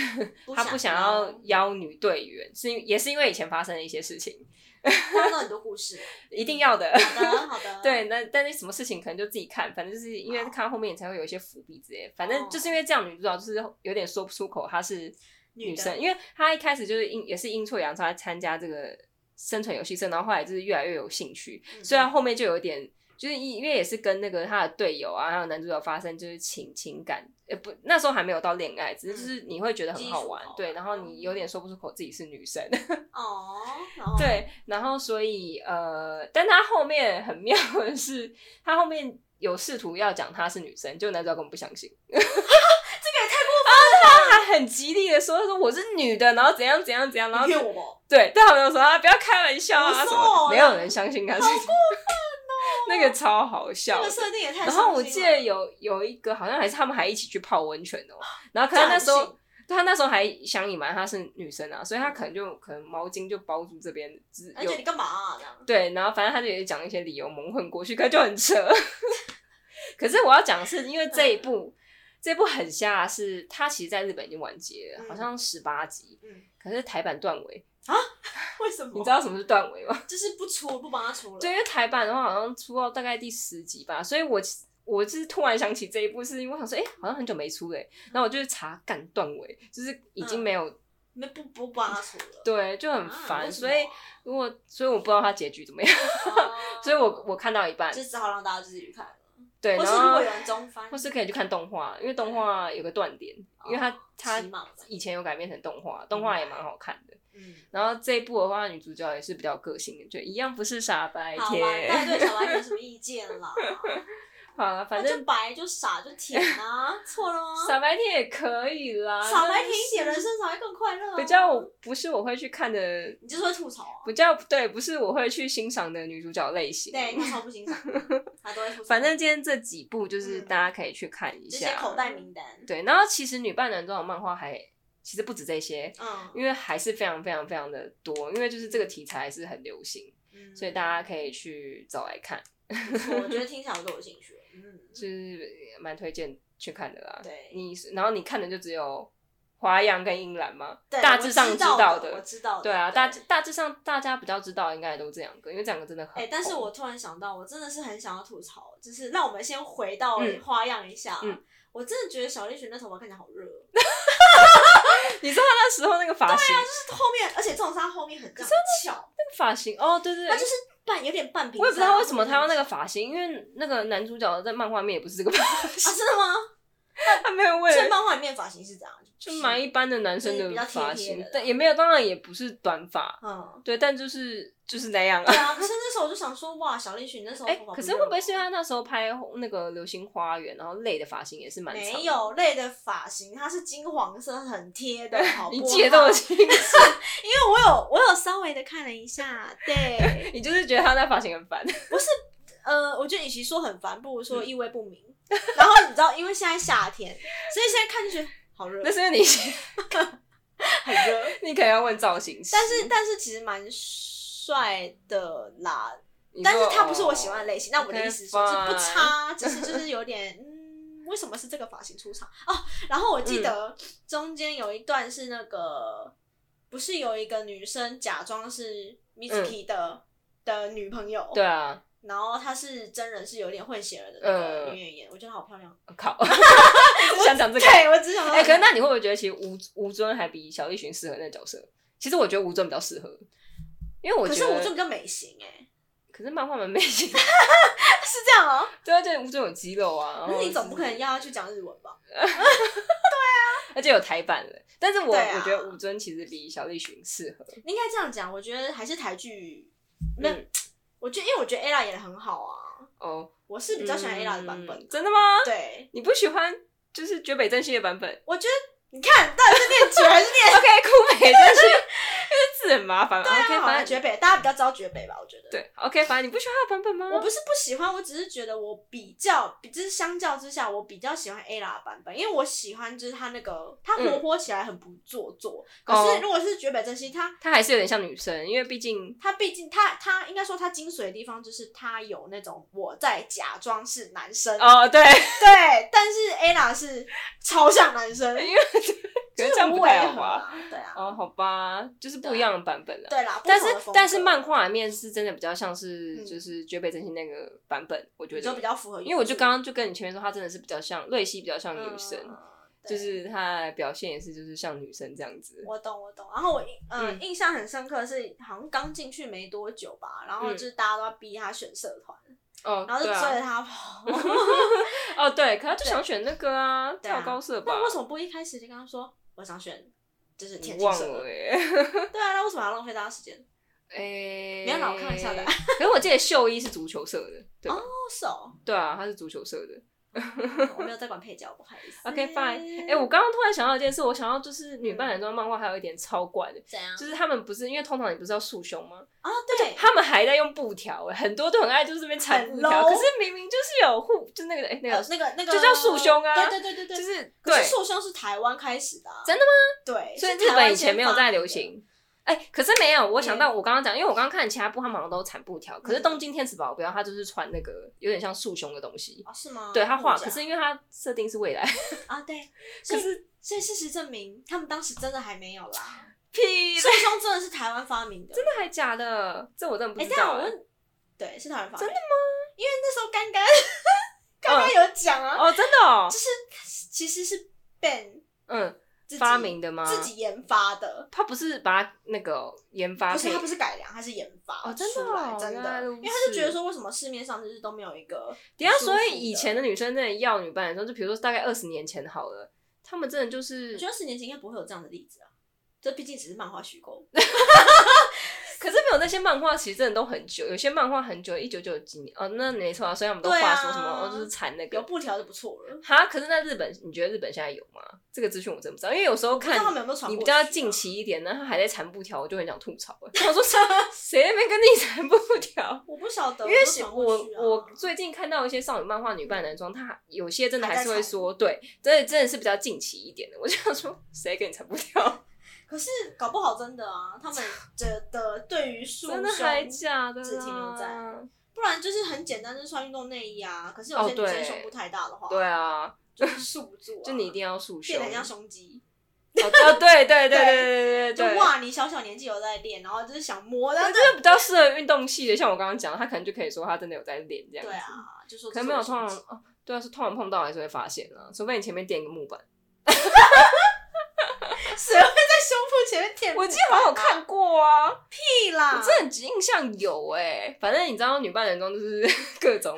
不
他
想
不想
要
要邀女队员，是因也是因为以前发生的一些事情，
他们都很多 故事，
一定要的。
好的好的，
对，那但是什么事情可能就自己看，反正就是因为
啊好哦
看后面你才会有一些伏笔之类的。反正就是因为这样，女主角就是有点说不出口，她是女
女的
生，因为她一开始就是阴也是阴错阳差参加这个生存游戏社，然后后来就是越来越有兴趣，
嗯，
虽然后面就有一点。就是因因为也是跟那个她的队友啊，还有男主角发生就是情情感，呃不，那时候还没有到恋爱，只是就是你会觉得很
嗯基
好
础
玩，
好
对，
玩嗯
然后你有点说不出口自己是女生，
哦，然后
对，然后所以呃，但他后面很妙的是，他后面有试图要讲她是女生，就男主角根本不相信。 这个也太过分了！他还很极力的说说我是女的，然后怎样怎样怎样，然后
你骗我吧，
对，对他们就说啊不要开玩笑啊
不是
什么
我
的，没
啦
有人相信他是。那个超好笑
哦这
的，
个设定也太
然
伤心了，
后我记得有有一个好像还是他们还一起去泡温泉哦、然后可是他那时
这样
候
很。
对他那时候还想隐瞒她是女生啊，所以他可能就可能毛巾就包住这边，只
而
有
且你干嘛啊这样？
对，然后反正他就也讲一些理由蒙混过去，可就很扯。 可是我要讲的是，因为这一
嗯
部、这一部很瞎的是，它其实在日本已经完结了，
嗯
好像十八集，
嗯，
可是台版断尾。
为什么？
你知道什么是断尾吗？
就是不出不帮他出了，
对，因为台版的话好像出到大概第十集吧，所以我其我就是突然想起这一部，是因为我想说，哎、好像很久没出嘞、然后我就去查干断尾，就是已经没有、
没不不帮他出了，
对，就很
嗯啊
烦。
为什
所以
么
如果所以我不知道它结局怎么样，
哦
所以我我看到一半，
就只好让大家自己去看了，
对，
或
然
是如
后
果有人中翻，
或是可以去看动画，因为动画有个断点，
哦
因为它它
骑马的
以前有改编成动画，动画也蛮好看的。
嗯，
然后这一部的话，女主角也是比较有个性的，就一样不是傻白
好啦，大
甜。
家对小白有什么意见啦？
好了， 反
那
正
就白就傻就甜 啊，错了吗？
傻白甜也可以啦，
傻白
但
甜
是
一点，人生才会更快乐啊。
比较不是我会去看的，
你就是会吐槽啊，
比较对，不是我会去欣赏的女主角类型。
对，吐槽 不欣赏，他都会吐槽。
反正今天这几部就是
嗯
大家可以去看一
这些
下。
口袋名单，
对，然后其实女扮男装的漫画还其实不止这些，
嗯，
因为还是非常非常非常的多，因为就是这个题材还是很流行，
嗯
所以大家可以去找来看，
不错我觉得听起来我都有兴趣。嗯，
就是蛮推荐去看的啦。
对
你然后你看的就只有花样跟英兰吗？
对
大致上
我知
道
的，我知道的。
对啊，大大致上大家比较知道应该也都这两个，因为这两个真的很红。
哎、但是我突然想到，我真的是很想要吐槽，就是让我们先回到
嗯
花样一下。啊
嗯
我真的觉得小栗旬那头发看起来好热，哦
你知道他那时候那个发型，
啊就是后面，而且这种是他后面很这样翘，
那个发型哦，对对
他
对
就。是半有点半平。
我也不知道为什么他要那
啊
个发型，因为那个男主角在漫画里面也不是这个发型，
啊，真的吗？
他没有为了
啊所以漫画里面发型是这样，
就蛮一般的男生
就是比较
发
贴贴
型，
的啦
但也没有，当然也不是短发，
嗯。
对，但就是就是那样啊
对。啊，可是那时候我就想说，哇，小栗旬那时候
哎、
头发
可
热
是会不会
吗
是他那时候拍那个《流星花园》，然后累的发型也是蛮长的？
没，有类的发型，它是金黄色，很 贴的，好不
你
好？
记得这么清楚，
因为我有我有稍微的看了一下，对，
你就是觉得他那发型很烦。
呃，我觉得与其说很烦，不如
嗯
说意味不明。然后你知道，因为现在夏天，所以现在看就觉得好热
那。是因为你，
很热。
你可能要问造型师，
但是但是其实蛮帅的啦，
你说哦
但是他不是我喜欢的类型。那我的
OK，
意思是，就是不
fine
差，只是 就是有点，嗯，为什么是这个发型出场哦？然后我记
嗯
得中间有一段是那个，不是有一个女生假装是 Mizuki 的、的女朋友，
嗯哦对，啊，
然后她是真人是有点混血儿的那个
嗯
女演员，我觉得好漂亮。
靠，想讲这个。
对，我只想说，
哎、可是那你会不会觉得，其实吴吴尊还比小栗旬适合那个角色？其实我觉得吴尊比较适合，因为我
可
觉
是
得，
我这比较美型哎、
可是漫画们没型，
是这样哦、
对啊，对吴尊有肌肉啊，
可是你
然后
总不可能要她去讲日文吧？
而且有台版的。但是我、
对啊
我觉得吴尊其实比小栗旬适合，
应该这样讲，我觉得还是台剧，没有
嗯，
我觉得因为我觉得 Ella 演的很好啊，
哦，
我是比较喜欢 Ella 的版本。
嗯真的吗？
对，
你不喜欢就是绝北真希的版本
我觉得你看到底是念绝还 是念
？OK，酷美真 希，因为字很麻烦。
对
OK，
啊？好
反正
像绝北，大家比较知道绝北吧？我觉得。。
对，OK，反正你不喜欢他的版本吗？
我不是不喜欢，我只是觉得我比较，就是相较之下，我比较喜欢 Ella 的版本，因为我喜欢就是她那个，她活泼起来很不做作。
嗯
可
哦
是如果是绝北真心，她
他还是有点像女生，因为毕竟
她毕竟她她应该说她精髓的地方就是她有那种我在假装是男生
哦， 对，
对，但是 Ella 是超像男生，
因为哎可
就是是
这样
无
不
违
太好
和
吧？
啊？对啊，
哦，好吧，就是不一样的版本了。
对啊啦，不
但是
同的风
但是
格
漫画里面是真的比较像是
嗯
就是绝北真心那个版本，我觉
就
得
比，较符合原著，
因为我就刚刚就跟你前面说，她真的是比较像瑞希，比较像
嗯
女生，
对
就是她的表现也是就是像女生这样子。
我懂我懂。然后我印嗯
嗯
印象很深刻的是，好像刚进去没多久吧，然后
嗯
就是大家都要逼他选社团，
哦，
然后就
对
追
啊，
着他跑。
哦对，可她就想选那个啊，
对啊
跳高社吧
那，为什么不一开始就跟他说我想选就是田
我
径
忘
社
了
的？
哎，
对啊，那为什么要浪费大家时间？
诶，
没有啦我开 玩笑的
可是我记得秀一是足球社的，对吧
哦是哦，
对啊，她是足球社的。
我没有在管配角，不好意思。
OK fine，哎、我刚刚突然想到一件事，我想到就是女扮男装漫画还有一点超怪的，
怎样？
就是他们不是因为通常你不是要束胸吗？
啊，对，
他们还在用布条、哎，很多都很爱就是这边缠布
很
条，
low
可是明明就是有护，就那个哎、那
呃
个、
那个那个
就叫束胸啊
对对对对对，
就是
可
对
是，束胸是台湾开始的、啊，
真
的吗？对，
所以
是
日
台湾
本以前
先
没有
发
在
明
流
的。
行。哎、可是没有，我想
嗯
到我刚刚讲，因为我刚刚看其他部，他们好像都缠布条，可是
嗯
东京天使保镖他就是穿那个有点像束胸的东西，
哦，是吗？
对他画，
真
可
的
是
假
因为他设定是未来，
的啊，对，所
可
以
是
所以事实证明，他们当时真的还没有啦。
屁，
束胸真的是台湾发明的，真的。
这还假的，这我真的不
哎，
知
这
道、
样我
哎
问，对，是台湾发明。真的吗？因为那时候刚 刚刚刚有讲啊，
哦，真的哦，
其实是 Ben
嗯，
自己
发明的吗？
自己研发的。
他不是把它那个研发
不
配，
是，他不是改良，他是研发
哦真的
出来
哦
真
原来
的，
如
因为他就
此
觉得说，为什么市面上就是都没有一个
等一下，
舒服
所
的
以以前的女生真的要女扮男装，就比如说大概二十年前好了，她们真的就是
我觉，得十年前应该不会有这样的例子啊，这毕竟只是漫画虚构。
可是没有那些漫画，其实真的都很久，有些漫画很久，一九九几年哦，那没错啊，所以他们都
对啊
画说什么、哦，就是缠那
有
个。
布条就不错了。
哈，可是在日本，你觉得日本现在有吗？这个资讯我真不知道，因为有时候
不知
看
道他们有没有传
你
过
比
去啊
较近，期一点，然后还在缠布条，我就很想吐槽、 欸。我说谁谁在那边跟你缠布条？
我不晓得
因
有没
为
有
是
传
我
过去啊，
我最近看到一些少女漫画女扮男装，她有些真的还是会说，对，真的真的是比较近期一点的。我就想说，谁给你缠布 条？
可是搞不好真的啊，他们觉得对于束
真的还
胸，
假的
自停留
啦？
在不然就是很简单，就是穿运动内衣啊。可是有
哦
些女生
对
胸部太大的话，
对，啊，
就是束不住 啊，
就你一定要束胸
变得。很像胸肌。
哦， 哦对对对对对对对
就
对，
哇，你小小年纪有在练，然后就是想摸，但
那
是
这个比较适合运动系的，像我刚刚讲，她可能就可以说她真的有在练这样
对
子。
啊，就说
可能没有
这是我
通常
的胸肌
哦，对啊，是通常碰到还是会发现啊，除非你前面垫一个木板。
谁会在胸部前面舔？
我记得好像有看过啊，
屁啦，
我真的印象有哎、反正你知道女扮男装就是 各种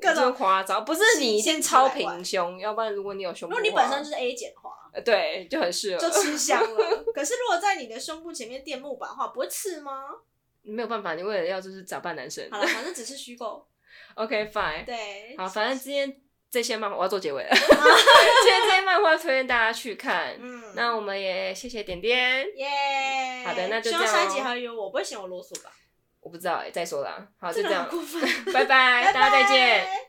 各种
就是夸张，不是你一定超平胸，要不啊然如果你有胸
如
部
果
的话，
你本身就是 A 减的话，
呃对就很适
就
合，
吃香了。可是如果在你的胸部前面垫木板的话，不会刺吗？
没有办法，你为了要就是假扮男生
好了，反正只是虚构。
，OK fine，
对，
好，反正今天这些漫画我要做结尾了， 今天这些漫画推荐大家去看，
嗯，
那我们也谢谢点点，
耶，
好的那就
希望
这样
下
哦
一集还有我，不会嫌我啰嗦吧？
我不知道哎、再说啦，好就
这
这
个
样
很，过分。
拜拜，大家再见。
拜拜。